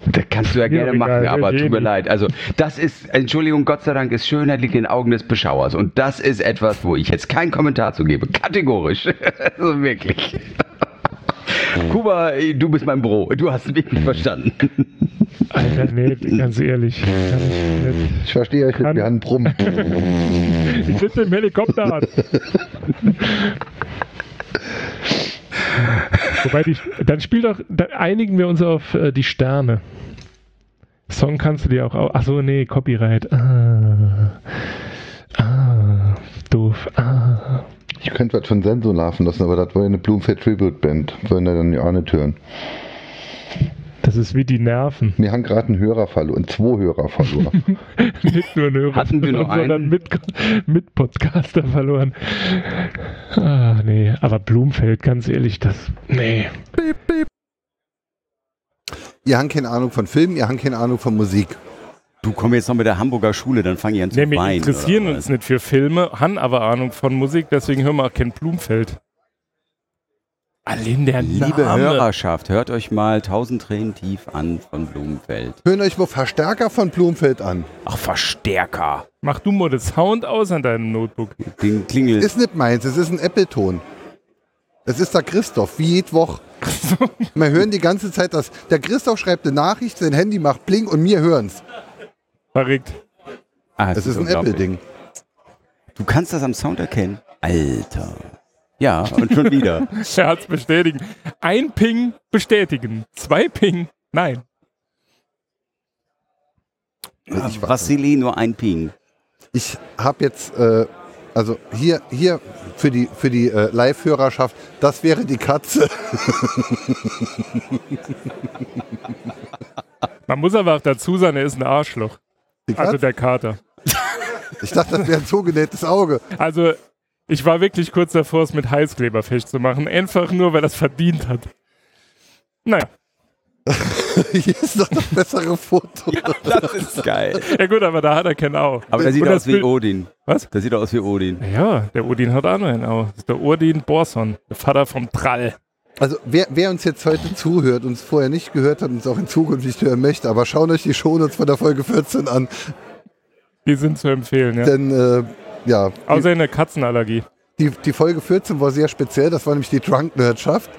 Speaker 6: Das kannst du ja
Speaker 3: Mir
Speaker 6: gerne
Speaker 3: egal,
Speaker 6: machen,
Speaker 3: wir
Speaker 6: aber tut
Speaker 3: reden.
Speaker 6: mir leid. Also, das ist, Entschuldigung, Gott sei Dank, ist Schönheit liegt in den Augen des Beschauers. Und das ist etwas, wo ich jetzt keinen Kommentar zu gebe. Kategorisch. also wirklich.
Speaker 2: Hm.
Speaker 6: Kuba, ey, du bist mein Bro. Du hast mich nicht verstanden.
Speaker 3: Alter, nee, ganz ehrlich. Kann ich nicht.
Speaker 1: Ich verstehe euch nicht,
Speaker 3: Kann-
Speaker 1: wir haben Brumm.
Speaker 3: Ich sitze im Helikopter an. Wobei die, dann spiel doch, dann einigen wir uns auf äh, die Sterne. Song kannst du dir auch, au- ach so, nee, Copyright. Ah, ah, doof. Ah.
Speaker 1: Ich könnte was von Senso laufen lassen, aber das war ja eine Bloomfield Tribute Band. Wollen da dann ja auch nicht hören.
Speaker 3: Das ist wie die Nerven.
Speaker 1: Wir haben gerade einen Hörer verloren, zwei Hörer verloren.
Speaker 3: Nicht nur eine Hörer,
Speaker 6: Hatten wir nur
Speaker 3: sondern
Speaker 6: einen?
Speaker 3: Mit, mit Podcaster verloren. Ah, nee, aber Blumfeld, ganz ehrlich, das, nee.
Speaker 1: ihr habt keine Ahnung von Filmen, ihr habt keine Ahnung von Musik.
Speaker 2: Du komm jetzt noch mit der Hamburger Schule, dann fang ich an zu
Speaker 3: Nee, wir
Speaker 2: weinen.
Speaker 3: interessieren
Speaker 2: oder
Speaker 3: uns
Speaker 2: was?
Speaker 3: nicht für Filme, haben aber Ahnung von Musik, deswegen hören wir auch kein Blumfeld. Allein der
Speaker 2: Liebe
Speaker 3: Name.
Speaker 2: Hörerschaft, hört euch mal Tausend Tränen tief an von Blumenfeld.
Speaker 1: Hören euch mal Verstärker von Blumfeld an.
Speaker 2: Ach, Verstärker.
Speaker 3: Mach du mal den Sound aus an deinem Notebook.
Speaker 2: Den Klingel.
Speaker 1: Ist nicht meins, es ist ein Appleton. Es ist der Christoph, wie jede Woche. Wir hören die ganze Zeit das. Der Christoph schreibt eine Nachricht, sein Handy macht Bling und wir hören's.
Speaker 3: Verrückt.
Speaker 2: Ah,
Speaker 1: Es ist ein
Speaker 2: unglaublich.
Speaker 1: Apple-Ding.
Speaker 2: Du kannst das am Sound erkennen. Alter. Ja, und schon wieder.
Speaker 3: Er hat's bestätigen. Ein Ping bestätigen. Zwei Ping. Nein.
Speaker 1: Ich war-
Speaker 2: Vassili, nur ein Ping.
Speaker 1: Ich habe jetzt, äh, also hier, hier für die, für die äh, Live-Hörerschaft, das wäre die Katze.
Speaker 3: Man muss aber auch dazu sein, er ist ein Arschloch.
Speaker 1: Die Katze?
Speaker 3: Also der Kater.
Speaker 1: ich dachte, das wäre ein zugenähtes Auge.
Speaker 3: Also ich war wirklich kurz davor, es mit Heißkleber festzumachen. Einfach nur, weil er es verdient hat. Naja.
Speaker 1: hier ist doch das bessere Foto.
Speaker 2: Das ist geil.
Speaker 3: Ja gut, aber da hat er kein Au.
Speaker 2: Aber der sieht
Speaker 3: Und
Speaker 2: er
Speaker 3: das
Speaker 2: aus wie
Speaker 3: Bild-
Speaker 2: Odin.
Speaker 3: Was?
Speaker 2: Der sieht er aus wie Odin.
Speaker 3: Ja, der Odin hat auch noch einen Au. Das ist der Odin Borson, der Vater vom Trall.
Speaker 7: Also wer, wer uns jetzt heute zuhört und es vorher nicht gehört hat und es auch in Zukunft nicht hören möchte, aber schaut euch die Shownotes von der Folge 14 an,
Speaker 3: Die sind zu empfehlen, ja.
Speaker 7: denn äh, ja,
Speaker 3: Außer in der Katzenallergie.
Speaker 7: die, die Folge 14 war sehr speziell, das war nämlich die Drunk Nerdschaft.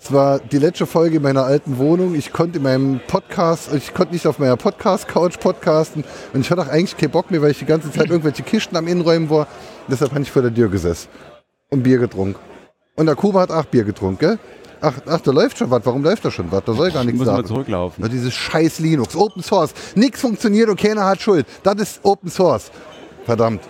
Speaker 7: Es war die letzte Folge in meiner alten Wohnung. Ich konnte in meinem Podcast, ich konnte nicht auf meiner Podcast-Couch podcasten und ich hatte auch eigentlich keinen Bock mehr, weil ich die ganze Zeit irgendwelche Kisten am Innenräumen war. Deshalb habe ich vor der Tür gesessen und Bier getrunken. Und der Kuba hat auch Bier getrunken, gell? Ach, ach, da läuft schon was. Warum läuft da schon was? Da soll gar nichts
Speaker 2: Muss
Speaker 7: sagen.
Speaker 2: mal zurücklaufen.
Speaker 7: Ja, dieses scheiß Linux, Open Source. Nichts funktioniert und keiner hat Schuld. Das ist Open Source. Verdammt.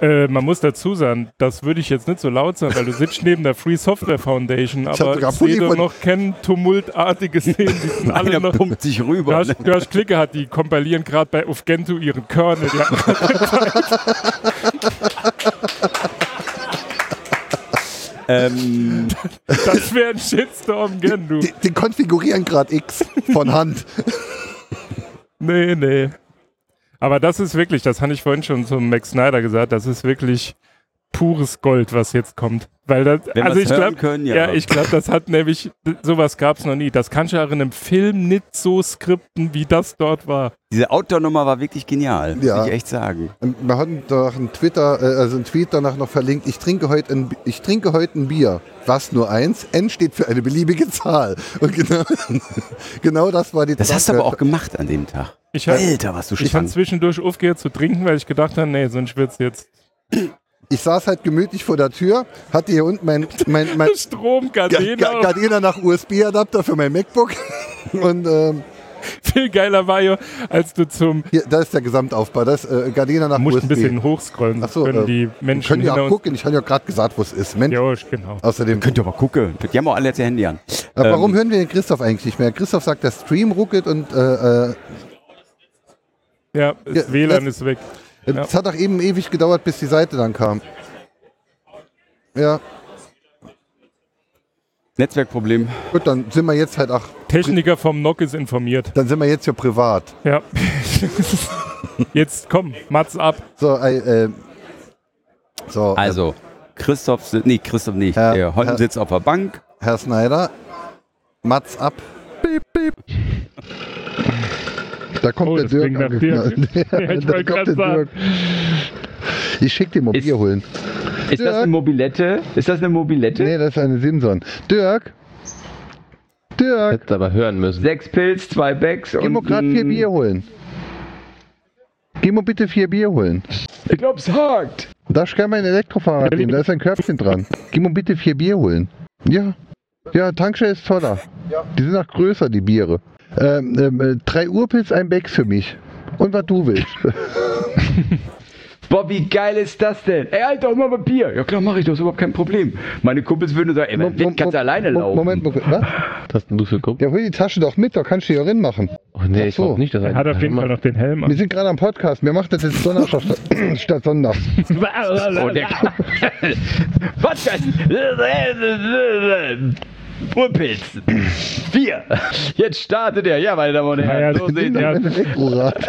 Speaker 3: Äh, man muss dazu sagen, das würde ich jetzt nicht so laut sagen, weil du sitzt neben der Free Software Foundation,
Speaker 7: hab
Speaker 3: aber
Speaker 7: sogar
Speaker 3: ich sehe
Speaker 7: Pulli
Speaker 3: doch
Speaker 7: von-
Speaker 3: noch kein tumultartiges Szenen. Die sind alle
Speaker 2: Einer
Speaker 3: noch.
Speaker 2: pumpt sich rüber. ne?
Speaker 3: Gersh, Gersh Klicke hat, die kompilieren gerade bei Ufgento ihren Kernel. Die hatten
Speaker 2: ähm,
Speaker 3: Das wäre ein Shitstorm, gern du.
Speaker 7: Die, die konfigurieren gerade X von Hand.
Speaker 3: Nee, nee. Aber das ist wirklich, das hatte ich vorhin schon zum Max Snyder gesagt, das ist wirklich pures Gold, was jetzt kommt. Weil das,
Speaker 2: Wenn
Speaker 3: also
Speaker 2: wir's
Speaker 3: ich
Speaker 2: hören
Speaker 3: glaube,
Speaker 2: können, ja.
Speaker 3: ja, ich glaube, das hat nämlich, sowas gab es noch nie. Das kannst du auch in einem Film nicht so skripten, wie das dort war.
Speaker 2: diese Outdoor-Nummer war wirklich genial, muss
Speaker 7: Ja.
Speaker 2: ich echt sagen.
Speaker 7: Und Wir hatten doch einen Twitter, äh, also einen Tweet danach noch verlinkt. Ich trinke heute ein, Bi- ich trinke heute ein Bier. Was nur eins? N steht für eine beliebige Zahl. Und genau, genau das war die
Speaker 2: Das
Speaker 7: Zahl.
Speaker 2: hast du aber auch gemacht an dem Tag.
Speaker 3: Ich habe
Speaker 2: Alter, was du
Speaker 3: ich hab
Speaker 2: schlank.
Speaker 3: zwischendurch aufgehört zu trinken, weil ich gedacht habe, nee, sonst wird's jetzt
Speaker 7: Ich saß halt gemütlich vor der Tür, hatte hier unten mein, mein, mein
Speaker 3: Strom,
Speaker 7: Ga- Ga-
Speaker 3: Gardena.
Speaker 7: Gardena nach USB-Adapter für mein MacBook. Und ähm,
Speaker 3: Viel geiler war ja, als du zum...
Speaker 7: hier, da ist der Gesamtaufbau. Das äh, Gardena nach
Speaker 3: Du musst
Speaker 7: USB.
Speaker 3: ein bisschen hochscrollen,
Speaker 7: Ach so,
Speaker 3: können
Speaker 7: äh,
Speaker 3: die Menschen
Speaker 7: Können ja
Speaker 3: hinter
Speaker 7: auch
Speaker 3: uns...
Speaker 7: gucken. Ich habe ja gerade gesagt, wo es ist. Mensch,
Speaker 3: Ja, genau.
Speaker 7: außerdem.
Speaker 2: Könnt ihr mal gucken. Die haben auch alle jetzt ihr Handy an.
Speaker 7: Aber warum
Speaker 2: Ähm.
Speaker 7: hören wir den Christoph eigentlich nicht mehr? Christoph sagt, der Stream ruckelt und äh, äh,
Speaker 3: Ja, das
Speaker 7: Ja,
Speaker 3: WLAN
Speaker 7: das-
Speaker 3: ist weg. Ja.
Speaker 7: es hat auch eben ewig gedauert, bis die Seite dann kam. Ja,
Speaker 2: Netzwerkproblem.
Speaker 7: gut, dann sind wir jetzt halt, ach,
Speaker 3: Techniker vom NOC ist informiert.
Speaker 7: dann sind wir jetzt hier privat.
Speaker 3: Ja. Jetzt komm, Mats ab.
Speaker 7: So, äh, äh, so äh,
Speaker 2: Also, Christoph, si- nee, Christoph nicht.
Speaker 7: Ja.
Speaker 2: Der Holm
Speaker 7: Ja.
Speaker 2: sitzt auf der Bank.
Speaker 7: Herr Snyder, Mats ab. Da kommt
Speaker 3: Oh,
Speaker 7: der
Speaker 3: das
Speaker 7: Dirk.
Speaker 3: klingt nach
Speaker 7: angeschnallt.
Speaker 3: Ja, ich wollte
Speaker 7: Da kommt
Speaker 3: gerade
Speaker 7: der
Speaker 3: sagen.
Speaker 7: Dirk. Ich schick dir mal
Speaker 6: Ist-
Speaker 7: Bier holen.
Speaker 6: Ist das eine Mobilette? Ist das eine Mobilette?
Speaker 7: Nee, das ist eine Simson. Dirk! Dirk!
Speaker 4: Hättest aber hören müssen.
Speaker 6: Sechs Pilz, zwei Becks
Speaker 7: Geh mal
Speaker 6: und
Speaker 7: grad vier Bier holen. Geh mal bitte vier Bier holen.
Speaker 6: Ich glaub's hakt.
Speaker 7: Da kann mein Elektrofahrrad nehmen, da ist ein Körbchen dran. Geh mal bitte vier Bier holen. Ja. Ja, Tankstelle ist toller. Die sind auch größer, die Biere. Ähm, ähm, äh, drei Urpilz, ein Becks für mich. Und was du willst.
Speaker 6: Boah, wie geil ist das denn? Ey, halt doch mal mit Bier. Ja klar, mach ich, das ist überhaupt kein Problem. Meine Kumpels würden sagen, ey, mein Witt kannst du alleine
Speaker 7: Mo-
Speaker 6: laufen.
Speaker 7: Moment, Moment, was?
Speaker 4: Was hast denn du für Kumpel?
Speaker 7: Ja, hol die Tasche doch mit, da kannst du die ja reinmachen.
Speaker 4: Oh, nee, ich
Speaker 7: so.
Speaker 4: glaub nicht, dass
Speaker 3: Er hat auf jeden Fall noch den Helm
Speaker 7: Wir
Speaker 3: an.
Speaker 7: sind gerade am Podcast, wir machen das jetzt Donnerstag statt- statt Sonntag.
Speaker 6: Oh, der Was denn? Urpilz. Bier. Jetzt startet er. Ja, meine Damen und
Speaker 3: Ja, ja,
Speaker 6: Herren. so
Speaker 3: das-
Speaker 6: seht's.
Speaker 3: ja,
Speaker 7: Ein Elektrorad.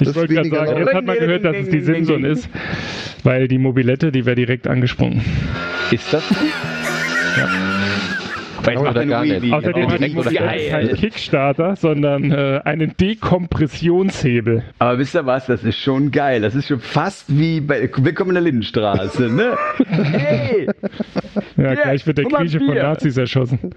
Speaker 3: Ich wollte gerade
Speaker 7: weniger
Speaker 3: sagen,
Speaker 7: laut.
Speaker 3: jetzt hat man gehört, dass es die Simson ist, weil die Mobilette, die wäre direkt angesprungen.
Speaker 4: Ist das?
Speaker 6: Aber jetzt macht
Speaker 4: Oder
Speaker 6: er
Speaker 4: gar
Speaker 6: nur
Speaker 4: nicht.
Speaker 6: Wii.
Speaker 3: Außerdem
Speaker 4: genau.
Speaker 3: hat die
Speaker 4: Direkt oder
Speaker 3: Mobilette
Speaker 6: geil.
Speaker 3: keinen Kickstarter, sondern äh, einen Dekompressionshebel.
Speaker 6: Aber wisst ihr was? Das ist schon geil. Das ist schon fast wie bei Willkommen in der Lindenstraße, ne? Hey!
Speaker 3: Ja, gleich wird der
Speaker 6: guck mal,
Speaker 3: Grieche von
Speaker 6: Bier.
Speaker 3: Nazis erschossen.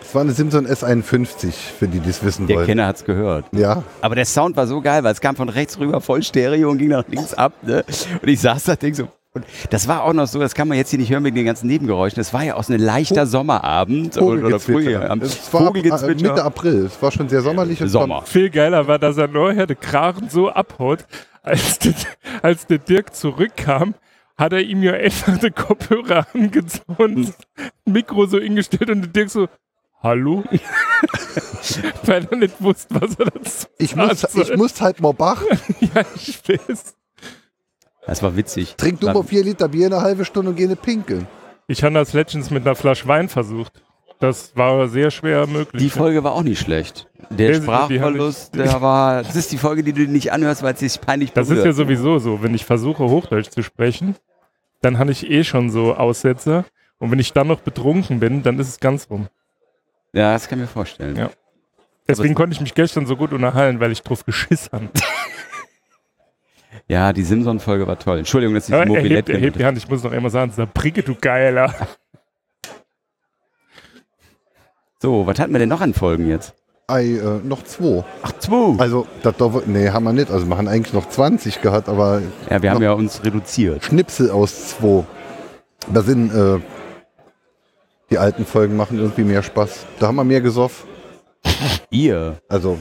Speaker 7: Es war eine Simson S51, für die, die es wissen
Speaker 2: Der
Speaker 7: wollen.
Speaker 2: Kenner hat's gehört.
Speaker 7: Ja,
Speaker 2: Aber der Sound war so geil, weil es kam von rechts rüber voll Stereo und ging nach links ab. Ne? Und ich saß da, denk so. Und das war auch noch so, das kann man jetzt hier nicht hören wegen den ganzen Nebengeräuschen. Das war ja auch so ein leichter Sommerabend oder, oder früher.
Speaker 7: Vogelgezwitscher.
Speaker 2: Am
Speaker 7: Es war ab, äh, Mitte
Speaker 2: Vogelgezwitscher.
Speaker 7: April, es war schon sehr sommerlich. und es war-
Speaker 2: Sommer.
Speaker 3: Viel geiler war, dass er nachher den Krachen so abhaut, als der, als der Dirk zurückkam, hat er ihm ja einfach den Kopfhörer
Speaker 7: Hm.
Speaker 3: angezogen, das Mikro so hingestellt und der Dirk so, hallo? Weil er nicht wusste, was er dazu
Speaker 7: Ich muss,
Speaker 3: Also-
Speaker 7: ich muss halt mal Bach.
Speaker 3: ja, ich weiß.
Speaker 2: Das war witzig.
Speaker 7: Trink du
Speaker 2: War-
Speaker 7: mal vier Liter Bier in einer halben Stunde und geh eine pinkeln.
Speaker 3: Ich habe das letztens mit einer Flasche Wein versucht. Das war sehr schwer möglich.
Speaker 2: Die Folge war auch nicht schlecht. Der
Speaker 3: Nee, die haben nicht-
Speaker 2: Sprachverlust, der war. Das ist die Folge, die du nicht anhörst, weil es dich peinlich
Speaker 3: Das ist
Speaker 2: berührt.
Speaker 3: ja sowieso so, wenn ich versuche, Hochdeutsch zu sprechen, dann habe ich eh schon so Aussetzer. Und wenn ich dann noch betrunken bin, dann ist es ganz rum.
Speaker 2: Ja, das kann ich mir vorstellen.
Speaker 3: Ja. Deswegen konnte ich mich gestern so gut unterhalten, weil ich drauf geschissen habe.
Speaker 2: Ja, die Simson-Folge war toll. Entschuldigung, dass ich
Speaker 3: Aber
Speaker 2: die
Speaker 3: er hebt,
Speaker 2: Mobilette
Speaker 3: er hebt die Hand, ich muss noch einmal sagen, da Bricke, du Geiler.
Speaker 2: So, was hatten wir denn noch an Folgen jetzt?
Speaker 7: Ei, äh, noch zwei.
Speaker 2: Ach, zwei.
Speaker 7: Also, das darf, nee, haben wir nicht. Also, wir haben eigentlich noch 20 gehabt, aber
Speaker 2: Ja, wir haben ja uns reduziert.
Speaker 7: Schnipsel aus zwei. Da sind, äh, die alten Folgen machen irgendwie mehr Spaß. Da haben wir mehr gesoffen.
Speaker 2: Ihr.
Speaker 7: Also,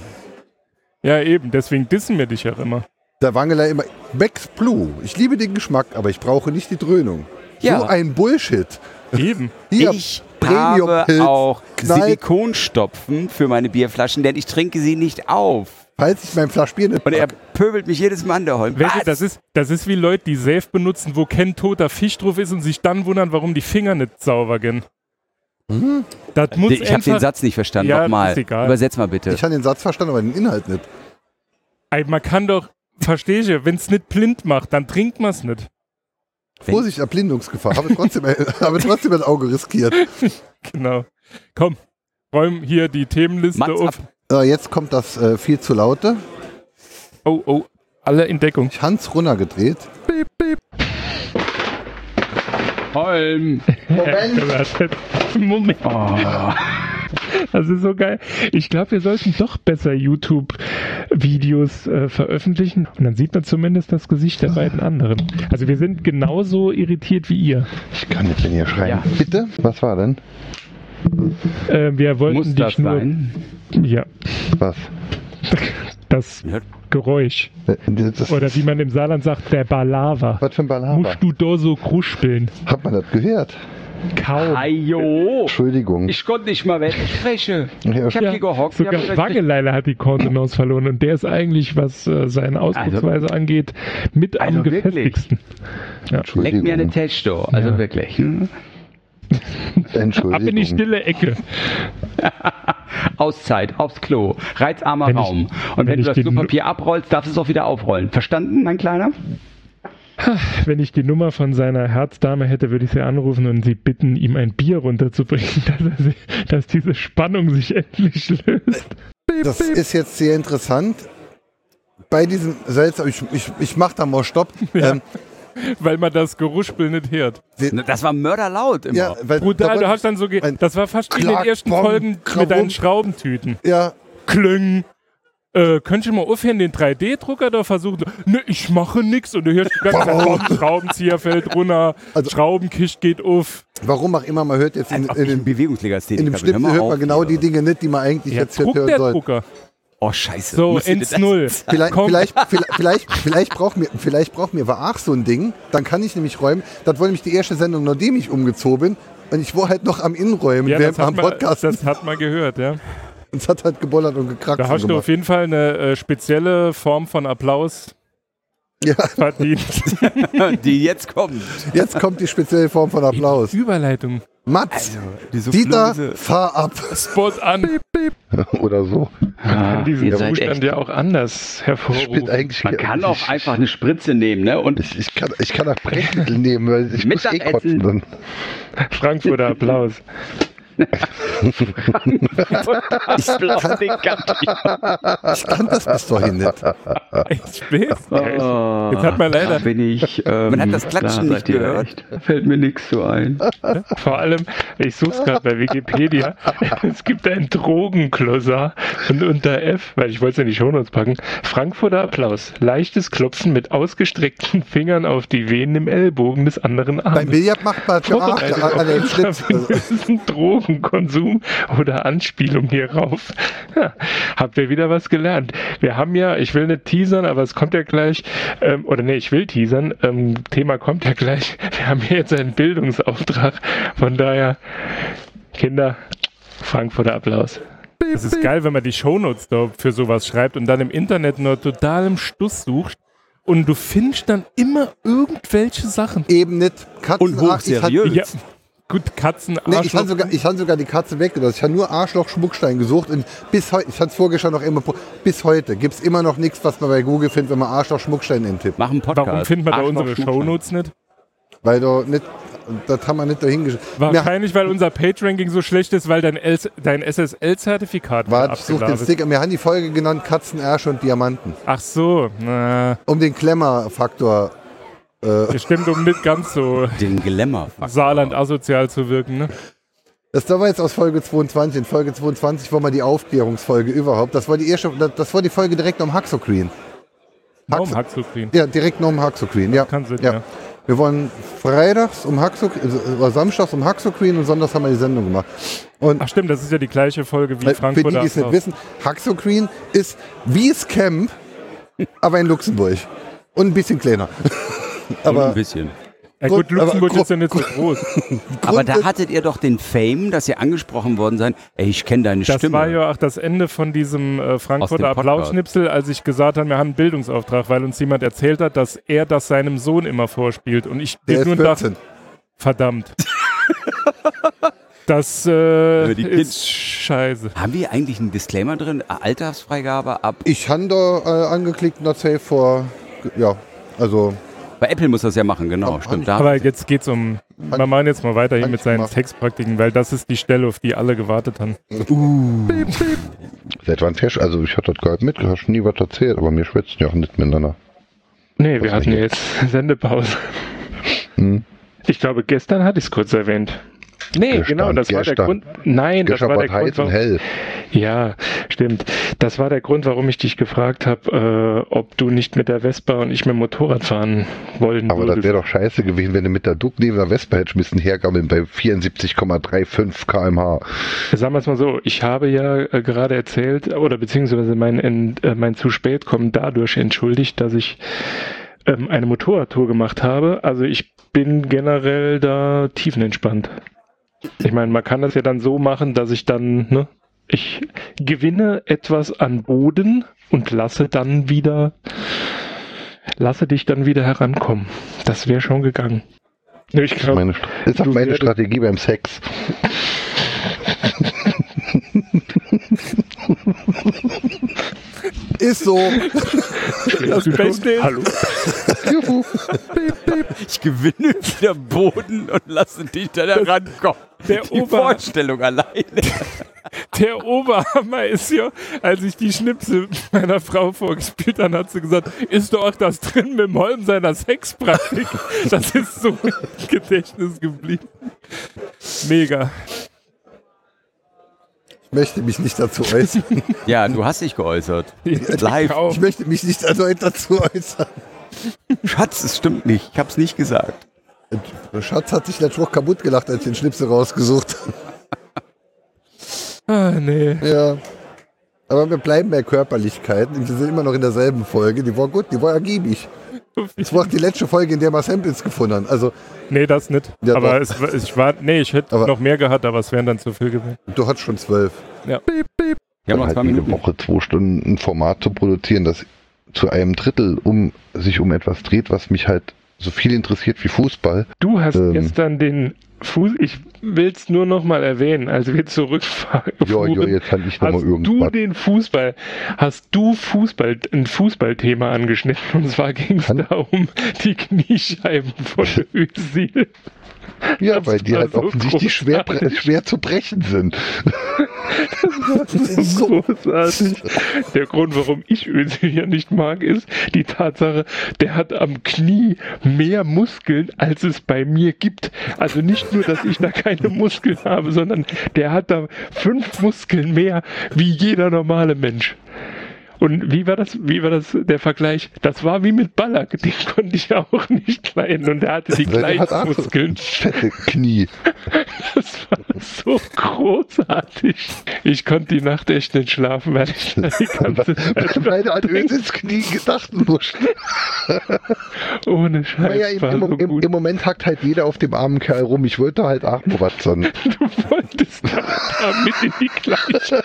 Speaker 3: Ja, eben, deswegen dissen wir dich ja immer.
Speaker 7: Da Wangeler immer. Max Blue. Ich liebe den Geschmack, aber ich brauche nicht die Dröhnung.
Speaker 2: Ja.
Speaker 7: So ein Bullshit.
Speaker 3: Eben.
Speaker 7: ah, Hier,
Speaker 2: ich
Speaker 7: Premium
Speaker 2: habe
Speaker 7: Pilz,
Speaker 2: auch
Speaker 7: knallt.
Speaker 2: Silikonstopfen für meine Bierflaschen, denn ich trinke sie nicht auf.
Speaker 7: falls ich mein Flasch Bier nicht
Speaker 2: Und er
Speaker 7: mag,
Speaker 2: pöbelt mich jedes Mal an der Holm. Ah,
Speaker 3: Weißt du,
Speaker 2: Was?
Speaker 3: das ist, das ist wie Leute, die Safe benutzen, wo kein toter Fisch drauf ist und sich dann wundern, warum die Finger nicht sauber gehen. Das muss
Speaker 2: Hm? ich habe
Speaker 3: einfach,
Speaker 2: den Satz nicht verstanden.
Speaker 3: Ja,
Speaker 2: Nochmal.
Speaker 3: ist egal.
Speaker 2: Übersetz mal bitte.
Speaker 7: ich habe den Satz verstanden, aber den Inhalt nicht.
Speaker 3: Ey, man kann doch, verstehe ich, wenn es nicht blind macht, dann trinkt man es nicht.
Speaker 7: Vorsicht, Erblindungsgefahr. Habe trotzdem, habe trotzdem ein Auge riskiert.
Speaker 3: Genau. Komm, räum hier die Themenliste
Speaker 2: Mats
Speaker 3: auf.
Speaker 7: Äh, jetzt kommt das äh, viel zu laute.
Speaker 3: Oh, oh, alle in Deckung.
Speaker 7: Ich Hans runter gedreht.
Speaker 6: Holm!
Speaker 3: Erwartet. Moment. Oh. Das ist so geil. Ich glaube, wir sollten doch besser YouTube-Videos äh, veröffentlichen. Und dann sieht man zumindest das Gesicht der beiden anderen. Also wir sind genauso irritiert wie ihr.
Speaker 7: Ich kann nicht, wenn ihr schreien. Bitte? Was war denn?
Speaker 3: Äh, wir wollten
Speaker 6: Muss
Speaker 3: dich
Speaker 6: das
Speaker 3: nur.
Speaker 6: sein?
Speaker 3: Ja,
Speaker 7: Was? Äh,
Speaker 3: das
Speaker 2: Ja.
Speaker 3: Geräusch. Oder wie man im Saarland sagt, der Balava.
Speaker 7: was für ein
Speaker 3: Musst du da so kruspeln?
Speaker 7: Hat man das gehört?
Speaker 3: Kaum.
Speaker 6: Ajo!
Speaker 7: Entschuldigung.
Speaker 6: Ich konnte nicht mal wegsprechen. Ich habe
Speaker 3: Ja,
Speaker 6: hier gehockt. ich hab
Speaker 3: Sogar
Speaker 6: gesagt,
Speaker 3: Wangeleile hat die Kontenance verloren und der ist eigentlich, was äh, seine Ausdrucksweise angeht, mit
Speaker 6: Also
Speaker 3: am
Speaker 6: wirklich?
Speaker 3: gefestigsten.
Speaker 6: Leck mir eine
Speaker 7: Entschuldigung.
Speaker 6: Test, du. Also
Speaker 3: Ja.
Speaker 6: wirklich. hm?
Speaker 3: Ab in
Speaker 6: Oh.
Speaker 3: die stille Ecke.
Speaker 6: Auszeit, aufs Klo, reizarmer
Speaker 3: Wenn ich-
Speaker 6: Raum. Und wenn,
Speaker 3: wenn
Speaker 6: du
Speaker 3: ich
Speaker 6: das
Speaker 3: die
Speaker 6: Klopapier abrollst, darfst du es auch wieder aufrollen. Verstanden, mein Kleiner?
Speaker 3: Wenn ich die Nummer von seiner Herzdame hätte, würde ich sie anrufen und sie bitten, ihm ein Bier runterzubringen, dass, er sie, dass diese Spannung sich endlich löst.
Speaker 7: Das ist jetzt sehr interessant. Bei diesem seltsamen, ich, ich, ich mach da mal Stopp. Ähm,
Speaker 3: Weil man das Geruspel nicht hört.
Speaker 2: Das war mörderlaut immer.
Speaker 7: ja, weil,
Speaker 3: Brutal,
Speaker 7: da
Speaker 3: genau. du
Speaker 7: wollt-
Speaker 3: hast dann so ge
Speaker 7: ein
Speaker 3: Das war fast wie in den
Speaker 7: Klack,
Speaker 3: ersten
Speaker 7: Bom,
Speaker 3: Folgen
Speaker 7: Krawum.
Speaker 3: mit deinen Schraubentüten.
Speaker 7: ja,
Speaker 3: Klüng. Äh, könntest du mal aufhören, den 3D-Drucker da versuchen? Ne, ich mache nix. Und du hörst die ganze Zeit,
Speaker 7: Warum?
Speaker 3: komm, Schraubenzieher fällt runter,
Speaker 7: Also-
Speaker 3: Schraubenkist geht auf.
Speaker 7: warum auch immer, man hört jetzt in,
Speaker 2: Ob
Speaker 7: in,
Speaker 2: ich ein
Speaker 7: den,
Speaker 2: Bewegungslegastheniker
Speaker 7: in dem
Speaker 2: bin.
Speaker 7: Schnitt hört
Speaker 2: Hör mal
Speaker 7: man
Speaker 2: auf,
Speaker 7: genau die
Speaker 2: Alter.
Speaker 7: Dinge nicht, die man eigentlich
Speaker 3: Ja,
Speaker 7: jetzt jetzt
Speaker 3: druckt
Speaker 7: hören
Speaker 3: der
Speaker 7: soll.
Speaker 3: Drucker.
Speaker 2: Oh, scheiße.
Speaker 3: So,
Speaker 2: Müsst ihr das-
Speaker 3: 1-0.
Speaker 7: Vielleicht,
Speaker 3: Komm,
Speaker 7: vielleicht, vielleicht, vielleicht, vielleicht braucht mir, vielleicht braucht mir war auch so ein Ding. Dann kann ich nämlich räumen. Das war nämlich die erste Sendung, nachdem ich umgezogen bin. Und ich war halt noch am Innenräumen,
Speaker 3: ja, das
Speaker 7: während
Speaker 3: hat,
Speaker 7: am
Speaker 3: man,
Speaker 7: Podcast.
Speaker 3: das hat man gehört, ja.
Speaker 7: Und es hat halt gebollert und gekrackt.
Speaker 3: Da hast du auf jeden Fall eine äh, spezielle Form von Applaus
Speaker 7: Ja,
Speaker 3: verdient.
Speaker 2: die jetzt kommt.
Speaker 7: jetzt kommt die spezielle Form von Applaus.
Speaker 3: Überleitung.
Speaker 7: Mats,
Speaker 2: Die
Speaker 7: Dieter,
Speaker 2: Soufflöse.
Speaker 7: fahr ab.
Speaker 3: Spot an.
Speaker 7: Oder so.
Speaker 6: Ah,
Speaker 3: Diesen
Speaker 6: ihr seid
Speaker 3: Zustand
Speaker 6: echt-
Speaker 3: ja auch anders hervorrufen.
Speaker 7: eigentlich
Speaker 6: Man kann auch einfach eine Spritze nehmen, ne? Und
Speaker 7: Ich, ich, kann, ich kann auch Brechmittel nehmen, weil ich
Speaker 6: muss eh Mittagessen. kotzen
Speaker 7: Dann.
Speaker 3: Frankfurter Applaus.
Speaker 6: ich blase den Gatt.
Speaker 7: Ich kann das bis dahin nicht.
Speaker 3: Echt spät?
Speaker 6: Oh,
Speaker 3: Jetzt hat man leider-
Speaker 6: da bin ich, ähm,
Speaker 2: Man hat das Klatschen
Speaker 6: da
Speaker 2: nicht
Speaker 6: seid ihr
Speaker 2: gehört.
Speaker 6: echt. Da Fällt mir nichts so ein.
Speaker 3: Vor allem, ich suche es gerade bei Wikipedia, es gibt ein Drogenkloser und unter F, weil ich wollte es in die Shownotes packen, Frankfurter Applaus, leichtes Klopfen mit ausgestreckten Fingern auf die Venen im Ellbogen des anderen
Speaker 7: Beim
Speaker 3: Arms.
Speaker 7: Billard macht man geachtet
Speaker 3: Vorbereitet
Speaker 7: an, an den
Speaker 3: auf
Speaker 7: Schnitt. Also,
Speaker 3: einen Drogenkonsum oder Anspielung hierauf. Ja, habt ihr wieder was gelernt? Wir haben ja, ich will nicht teasern, aber es kommt ja gleich, ähm, oder nee, ich will teasern, ähm, Thema kommt ja gleich. Wir haben ja jetzt einen Bildungsauftrag, von daher, Kinder, Frankfurter Applaus. Es ist geil, wenn man die Shownotes da für sowas schreibt und dann im Internet nur total im Stuss sucht und du findest dann immer irgendwelche Sachen.
Speaker 7: äh, eben nicht. Katzen,
Speaker 2: Und hoch
Speaker 7: Ach, ich hab-
Speaker 2: seriös.
Speaker 3: Ja, gut, Katzen,
Speaker 7: Nee,
Speaker 3: Arschloch.
Speaker 7: ich habe sogar, ich hab sogar die Katze weggelassen. Ich habe nur Arschloch-Schmuckstein gesucht und bis heute, ich hatte es vorgestern noch immer, pro- bis heute gibt es immer noch nichts, was man bei Google findet, wenn man Arschloch-Schmuckstein eintippt.
Speaker 2: Mach einen Podcast.
Speaker 3: Warum findet man da
Speaker 2: Arschloch
Speaker 3: unsere
Speaker 2: Schmuckstein.
Speaker 3: Shownotes nicht?
Speaker 7: Weil du nicht Das haben wir nicht dahingeschrieben.
Speaker 5: Wahrscheinlich, weil unser PageRanking so schlecht ist, weil dein, LS dein SSL-Zertifikat
Speaker 7: Warte, ich such den
Speaker 5: abgegraben ist.
Speaker 7: Sticker. Wir haben die Folge genannt Katzen, Ärsche und Diamanten.
Speaker 5: Ach so, na,
Speaker 7: Um den Klemmerfaktor. Äh,
Speaker 5: bestimmt um nicht ganz so
Speaker 2: Den Glamour.
Speaker 5: Saarland asozial zu wirken. Ne?
Speaker 7: das war jetzt aus Folge 22. In Folge 22 war mal die Aufklärungsfolge überhaupt. Das war die erste, das war die Folge direkt um Haxoquin.
Speaker 5: Warum Haxokrin?
Speaker 7: Ja, direkt um Haxoquin. Ja.
Speaker 5: Kann Sinn,
Speaker 7: Ja.
Speaker 5: ja.
Speaker 7: Wir wollen freitags um Haxoquin, also oder samstags um Haxoquin und sonntags haben wir die Sendung gemacht. Und
Speaker 5: Ach stimmt, das ist ja die gleiche Folge wie
Speaker 7: Äh, Für die,
Speaker 5: Frankfurt.
Speaker 7: die es nicht wissen, Haxoquin ist wie es Camp, aber in Luxemburg. Und ein bisschen kleiner.
Speaker 2: Aber ein
Speaker 7: aber
Speaker 2: bisschen.
Speaker 5: Ja, gut,
Speaker 7: Grund- aber
Speaker 5: Luxemburg
Speaker 7: Grund-
Speaker 5: ist ja nicht so groß.
Speaker 2: Aber da hattet ihr doch den Fame, dass ihr angesprochen worden seid. Ey, ich kenne deine
Speaker 5: Das
Speaker 2: Stimme.
Speaker 5: war ja auch das Ende von diesem äh, Frankfurter
Speaker 2: Podcast.
Speaker 5: Applausschnipsel, als ich gesagt habe, wir haben einen Bildungsauftrag, weil uns jemand erzählt hat, dass er das seinem Sohn immer vorspielt. Und ich
Speaker 7: der
Speaker 5: bin
Speaker 7: ist
Speaker 5: nur dachte,
Speaker 7: 14.
Speaker 5: verdammt. das äh,
Speaker 2: Über die Kids.
Speaker 5: ist scheiße.
Speaker 2: Haben wir eigentlich einen Disclaimer drin? Äh, Altersfreigabe ab.
Speaker 7: Ich habe da äh, angeklickt und erzählt vor, ja, also
Speaker 2: Bei Apple muss das ja machen, genau.
Speaker 7: Hab-
Speaker 2: stimmt. Da
Speaker 5: Aber jetzt geht's um. Wir machen jetzt mal weiter hier
Speaker 7: Hat
Speaker 5: mit seinen
Speaker 7: gemacht.
Speaker 5: Textpraktiken, weil das ist die Stelle, auf die alle gewartet haben.
Speaker 1: Das war ein Fisch, also ich hatte das gar nicht mitgehört, hab nie was erzählt, aber wir schwätzen ja auch nicht miteinander.
Speaker 5: Nee,
Speaker 1: wir hatten
Speaker 5: jetzt Sendepause.
Speaker 1: Hm.
Speaker 5: Ich glaube, gestern hatte ich es kurz erwähnt.
Speaker 1: Nee, genau, das war der gestern. Grund-
Speaker 5: Nein,
Speaker 1: Gestern war heiß und hell.
Speaker 5: Ja, stimmt. Das war der Grund, warum ich dich gefragt habe, äh, ob du nicht mit der Vespa und ich mit dem Motorrad fahren wollen
Speaker 1: Aber das
Speaker 5: würdest.
Speaker 1: wäre doch scheiße gewesen, wenn du mit der Duck neben der Vespa hättest müssen hergammeln bei 74,35 km/h.
Speaker 5: Sagen wir es mal so, ich habe ja äh, gerade erzählt, oder beziehungsweise mein, Ent- äh, mein zu spät kommen dadurch entschuldigt, dass ich ähm, eine Motorradtour gemacht habe. Also ich bin generell da tiefenentspannt. Ich meine, man kann das ja dann so machen, dass ich dann, ne, ich gewinne etwas an Boden und lasse dann wieder, lasse dich dann wieder herankommen. Das wäre schon gegangen. Ich glaube,
Speaker 1: Meine, St- ist auch
Speaker 5: Du
Speaker 1: meine
Speaker 5: werdest-
Speaker 1: Strategie beim Sex.
Speaker 7: ist so.
Speaker 5: das Beste ist, Hallo.
Speaker 7: Juhu.
Speaker 2: ich gewinne wieder Boden und lasse dich da rankommen.
Speaker 5: der
Speaker 2: Die
Speaker 5: Ober-
Speaker 2: Vorstellung alleine.
Speaker 5: Der Oberhammer ist ja, als ich die Schnipsel meiner Frau vorgespielt habe, hat sie gesagt, ist doch auch das drin mit dem Holm seiner Sexpraktik. Das ist so im Gedächtnis geblieben. Mega.
Speaker 7: Ich möchte mich nicht dazu äußern.
Speaker 2: Ja, du hast dich geäußert. Live.
Speaker 7: Ich möchte mich nicht erneut dazu äußern.
Speaker 2: Schatz, es stimmt nicht. Ich hab's nicht gesagt.
Speaker 7: Der Schatz hat sich letzte Woche kaputt gelacht, als ich den Schnipsel rausgesucht habe.
Speaker 5: Ah, nee.
Speaker 7: Ja. Aber wir bleiben bei Körperlichkeiten. Wir sind immer noch in derselben Folge. Die war gut, die war ergiebig. Das war auch die letzte Folge, in der wir Samples gefunden haben. Also,
Speaker 5: Nee, das nicht.
Speaker 7: Ja,
Speaker 5: aber
Speaker 7: doch.
Speaker 5: es, war- ich war, nee, ich hätte
Speaker 7: Aber-
Speaker 5: noch mehr gehabt, aber es wären dann zu viel gewesen.
Speaker 7: du hast schon zwölf.
Speaker 2: Wir
Speaker 5: Genau,
Speaker 2: haben noch
Speaker 1: halt
Speaker 2: zwei
Speaker 1: jede
Speaker 2: Minuten.
Speaker 1: Woche zwei Stunden ein Format zu produzieren, das zu einem Drittel um sich um etwas dreht, was mich halt so viel interessiert wie Fußball.
Speaker 5: Du hast
Speaker 1: Ähm.
Speaker 5: gestern den Fuß, ich will es nur nochmal erwähnen, als wir zurückfahren.
Speaker 1: Ja, ja, jetzt fand ich nochmal
Speaker 5: Hast du
Speaker 1: irgendwas.
Speaker 5: den Fußball, hast du Fußball, ein Fußballthema angeschnitten und zwar ging es
Speaker 1: Kann-
Speaker 5: da um die Kniescheiben von Özil.
Speaker 1: Ja,
Speaker 5: das
Speaker 1: weil die
Speaker 5: war
Speaker 1: halt
Speaker 5: so
Speaker 1: offensichtlich schwer, bre-
Speaker 5: großartig.
Speaker 1: schwer zu brechen sind.
Speaker 7: So.
Speaker 5: Großartig. Der Grund, warum ich Özil ja nicht mag, ist die Tatsache, der hat am Knie mehr Muskeln, als es bei mir gibt. Also nicht nur, dass ich da keine Muskeln habe, sondern der hat da fünf Muskeln mehr wie jeder normale Mensch. Und wie war das, wie war das der Vergleich? Das war wie mit Ballack, den konnte ich auch nicht kleiden und der hatte die
Speaker 1: Der hat
Speaker 5: gleichen
Speaker 1: auch so
Speaker 5: Muskeln.
Speaker 1: halt fette Knie.
Speaker 5: Das war so großartig. Ich konnte die Nacht echt nicht schlafen, weil ich da die ganze Zeit
Speaker 1: Beide an Öl ins Knie gedacht nur
Speaker 5: ohne Scheiß
Speaker 1: Naja, im,
Speaker 5: war. So
Speaker 1: im, im,
Speaker 5: gut.
Speaker 1: im Moment hackt halt jeder auf dem armen Kerl rum. Ich wollte halt auch mal was sagen.
Speaker 5: Du wolltest da, damit in die gleiche.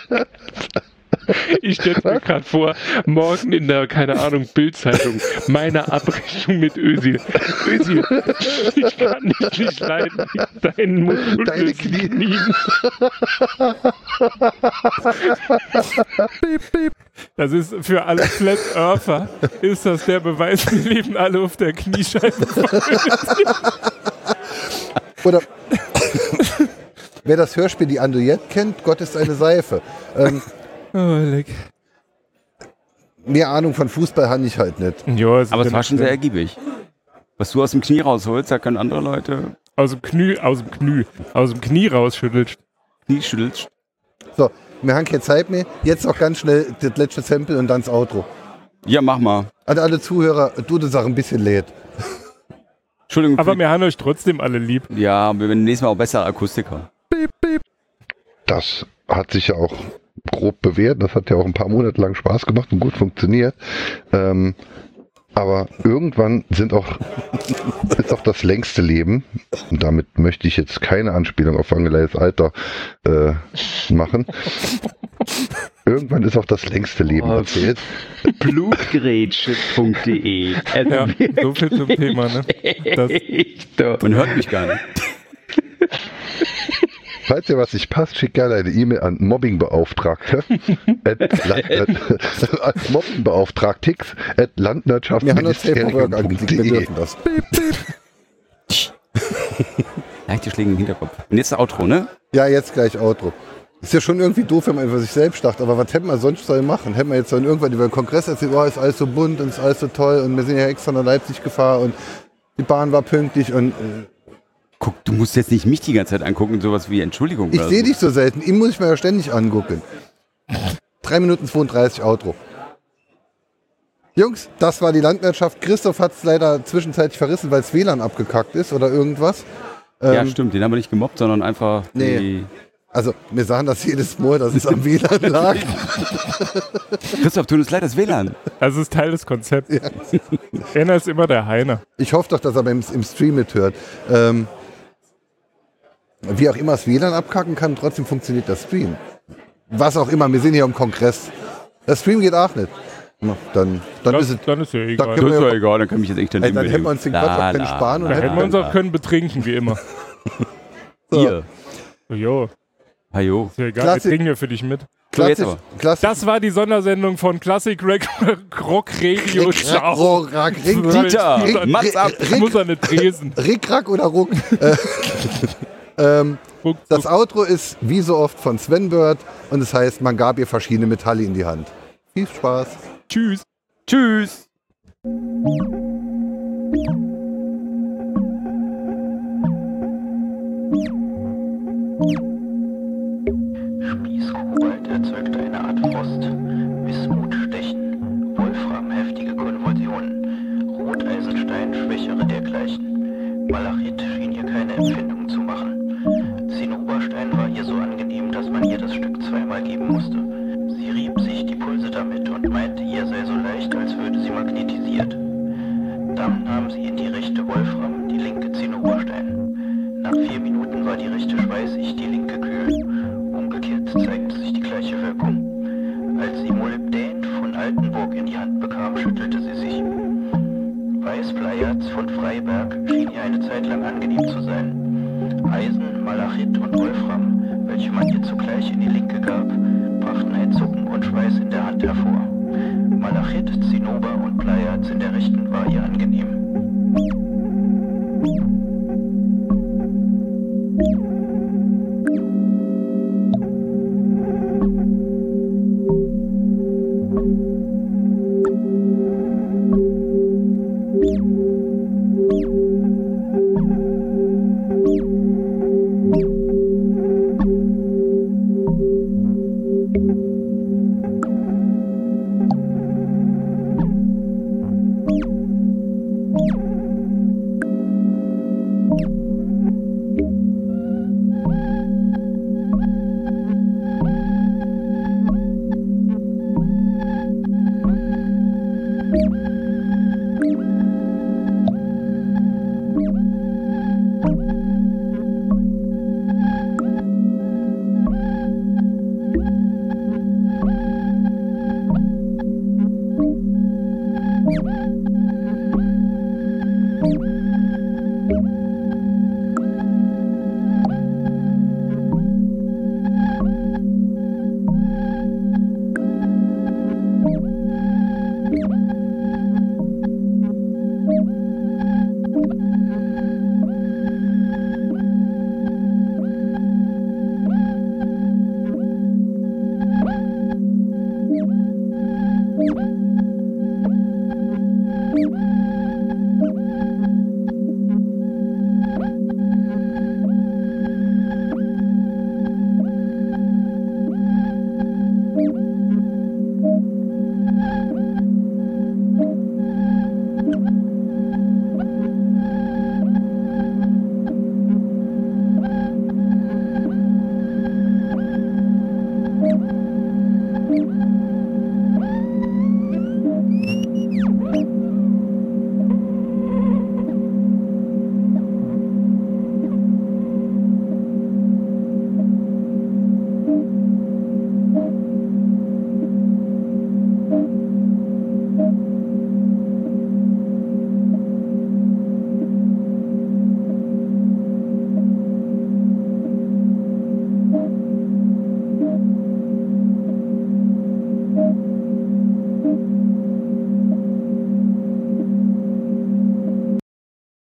Speaker 5: Ich stelle mir gerade vor, morgen in der, keine Ahnung, Bildzeitung, meiner Abrechnung mit Özil. Özil, ich kann dich nicht leiden, deinen Muskel
Speaker 1: Deine Knie.
Speaker 5: Das ist für alle Flat Earther, ist das der Beweis, wir leben alle auf der Kniescheibe.
Speaker 7: Oder wer das Hörspiel Die Andouillette kennt, Gott ist eine Seife. Ähm,
Speaker 3: Oh, leck.
Speaker 7: mehr Ahnung von Fußball habe ich halt nicht.
Speaker 3: Ja, es
Speaker 2: Aber
Speaker 3: ist
Speaker 2: es war schon
Speaker 3: ja-
Speaker 2: sehr
Speaker 7: Genau.
Speaker 2: ergiebig. Was du aus dem Knie rausholst, da können andere Leute
Speaker 3: Aus dem Knie, aus dem Knie, aus dem Knie rausschüttelt.
Speaker 2: Knie schütteln.
Speaker 7: So, wir haben keine Zeit mehr. Jetzt noch ganz schnell das letzte Sample und dann das Outro.
Speaker 2: Ja, mach mal.
Speaker 7: An alle Zuhörer, du das auch ein bisschen lädt.
Speaker 2: Entschuldigung.
Speaker 3: Aber
Speaker 2: für-
Speaker 3: wir haben euch trotzdem alle lieb.
Speaker 2: ja, wir werden nächstes Mal auch bessere Akustiker.
Speaker 1: Das hat sich ja auch grob bewährt. Das hat ja auch ein paar Monate lang Spaß gemacht und gut funktioniert. Ähm, aber irgendwann sind auch, ist auch das längste Leben, und damit möchte ich jetzt keine Anspielung auf Angeleites Alter äh, machen. Irgendwann ist auch das längste Leben
Speaker 9: Oh.
Speaker 1: erzählt.
Speaker 10: Blutgrätsche.de. Also
Speaker 3: Ja, so viel zum Thema, ne? Das,
Speaker 10: echt doch.
Speaker 2: Man hört mich gar nicht.
Speaker 1: Falls dir was nicht passt, schick gerne eine E-Mail an Mobbingbeauftragte. at Land- an Mobbingbeauftragtix at
Speaker 7: Wir haben das Safe Work angesiegt, wir
Speaker 1: landwirtschaftsministerium.de.
Speaker 7: dürfen das.
Speaker 2: Leichte Schläge im Hinterkopf. Und jetzt das Outro, ne?
Speaker 7: Ja, jetzt gleich Outro. Ist ja schon irgendwie doof, wenn man über sich selbst dacht, aber was hätten wir sonst sollen machen? Hätten wir jetzt dann irgendwann über den Kongress erzählt, oh, ist alles so bunt und ist alles so toll und wir sind ja extra nach Leipzig gefahren und die Bahn war pünktlich und äh,
Speaker 2: Guck, du musst jetzt nicht mich die ganze Zeit angucken, sowas wie Entschuldigung.
Speaker 7: ich
Speaker 2: oder
Speaker 7: sehe
Speaker 2: so.
Speaker 7: dich so selten, ihn muss ich mir ja ständig angucken. 3 Minuten 32 Outro. Jungs, das war die Landwirtschaft. Christoph hat es leider zwischenzeitlich verrissen, weil das WLAN abgekackt ist oder irgendwas.
Speaker 2: Ja,
Speaker 7: Ähm,
Speaker 2: stimmt. Den haben wir nicht gemobbt, sondern einfach.
Speaker 7: Nee.
Speaker 2: die-
Speaker 7: Also, wir sagen das jedes Mal, dass es am WLAN lag.
Speaker 2: Christoph, tut uns leid, das WLAN.
Speaker 3: das Also, ist Teil des Konzepts. Enner ist immer der Heiner.
Speaker 7: Ich hoffe doch, dass er beim, im Stream mithört. Ähm, wie auch immer das WLAN abkacken kann, trotzdem funktioniert der Stream. Was auch immer, wir sind hier im Kongress. Der Stream geht auch nicht. Na, Dann, dann ist
Speaker 3: Das,
Speaker 7: es.
Speaker 3: dann ist ja
Speaker 7: Da
Speaker 3: egal.
Speaker 7: können
Speaker 2: Das ist
Speaker 7: wir,
Speaker 2: ja
Speaker 7: ja-
Speaker 2: egal, dann können mich jetzt echt
Speaker 7: Ey, dann hätten wir uns den Quatsch auch können sparen und
Speaker 3: Da hätten wir uns auch können betrinken, wie immer.
Speaker 2: Ihr.
Speaker 3: Jo, ist
Speaker 2: Hajo.
Speaker 3: ja egal,
Speaker 7: Klasse.
Speaker 3: wir trinken ja für dich mit.
Speaker 2: So, jetzt
Speaker 7: klassisch,
Speaker 2: aber.
Speaker 7: klassisch.
Speaker 3: Das war die Sondersendung von Classic Rock, Rock Radio. Ciao.
Speaker 7: Rock, Rack, Rick,
Speaker 3: Rick-
Speaker 2: Dieter,
Speaker 7: Rick-
Speaker 2: mach's ab.
Speaker 3: Ich muss an den Tresen.
Speaker 7: Rick, Rack oder Ruck. Äh, ähm,
Speaker 3: Ruck,
Speaker 7: das Outro ist wie so oft von Sven Bird und es heißt, man gab ihr verschiedene Metalle in die Hand. Viel Spaß.
Speaker 3: Tschüss.
Speaker 2: Tschüss.
Speaker 11: Spießgewalt erzeugt eine Art Frost, Wismut Stechen, Wolfram heftige Konvulsionen, Roteisenstein schwächere dergleichen. Malachit schien hier keine Empfindung zu machen. Zinnoberstein war ihr so angenehm, dass man ihr das Stück zweimal geben musste. Sie rieb sich die Pulse damit und meinte, ihr sei so leicht, als würde sie magnetisiert. Dann nahm sie in die rechte Wolfram, die linke Zinnoberstein. Nach vier Minuten war die rechte schweißig, die linke kühl. Umgekehrt zeigte sich die gleiche Wirkung. Als sie Molybdän von Altenburg in die Hand bekam, schüttelte sie sich. Weißbleierz von Freiberg schien ihr eine Zeit lang angenehm zu sein. Eisen, Malachit und Wolfram, welche man ihr zugleich in die linke gab, brachten ein Zucken und Schweiß in der Hand hervor. Malachit, Zinnober und Bleierz in der rechten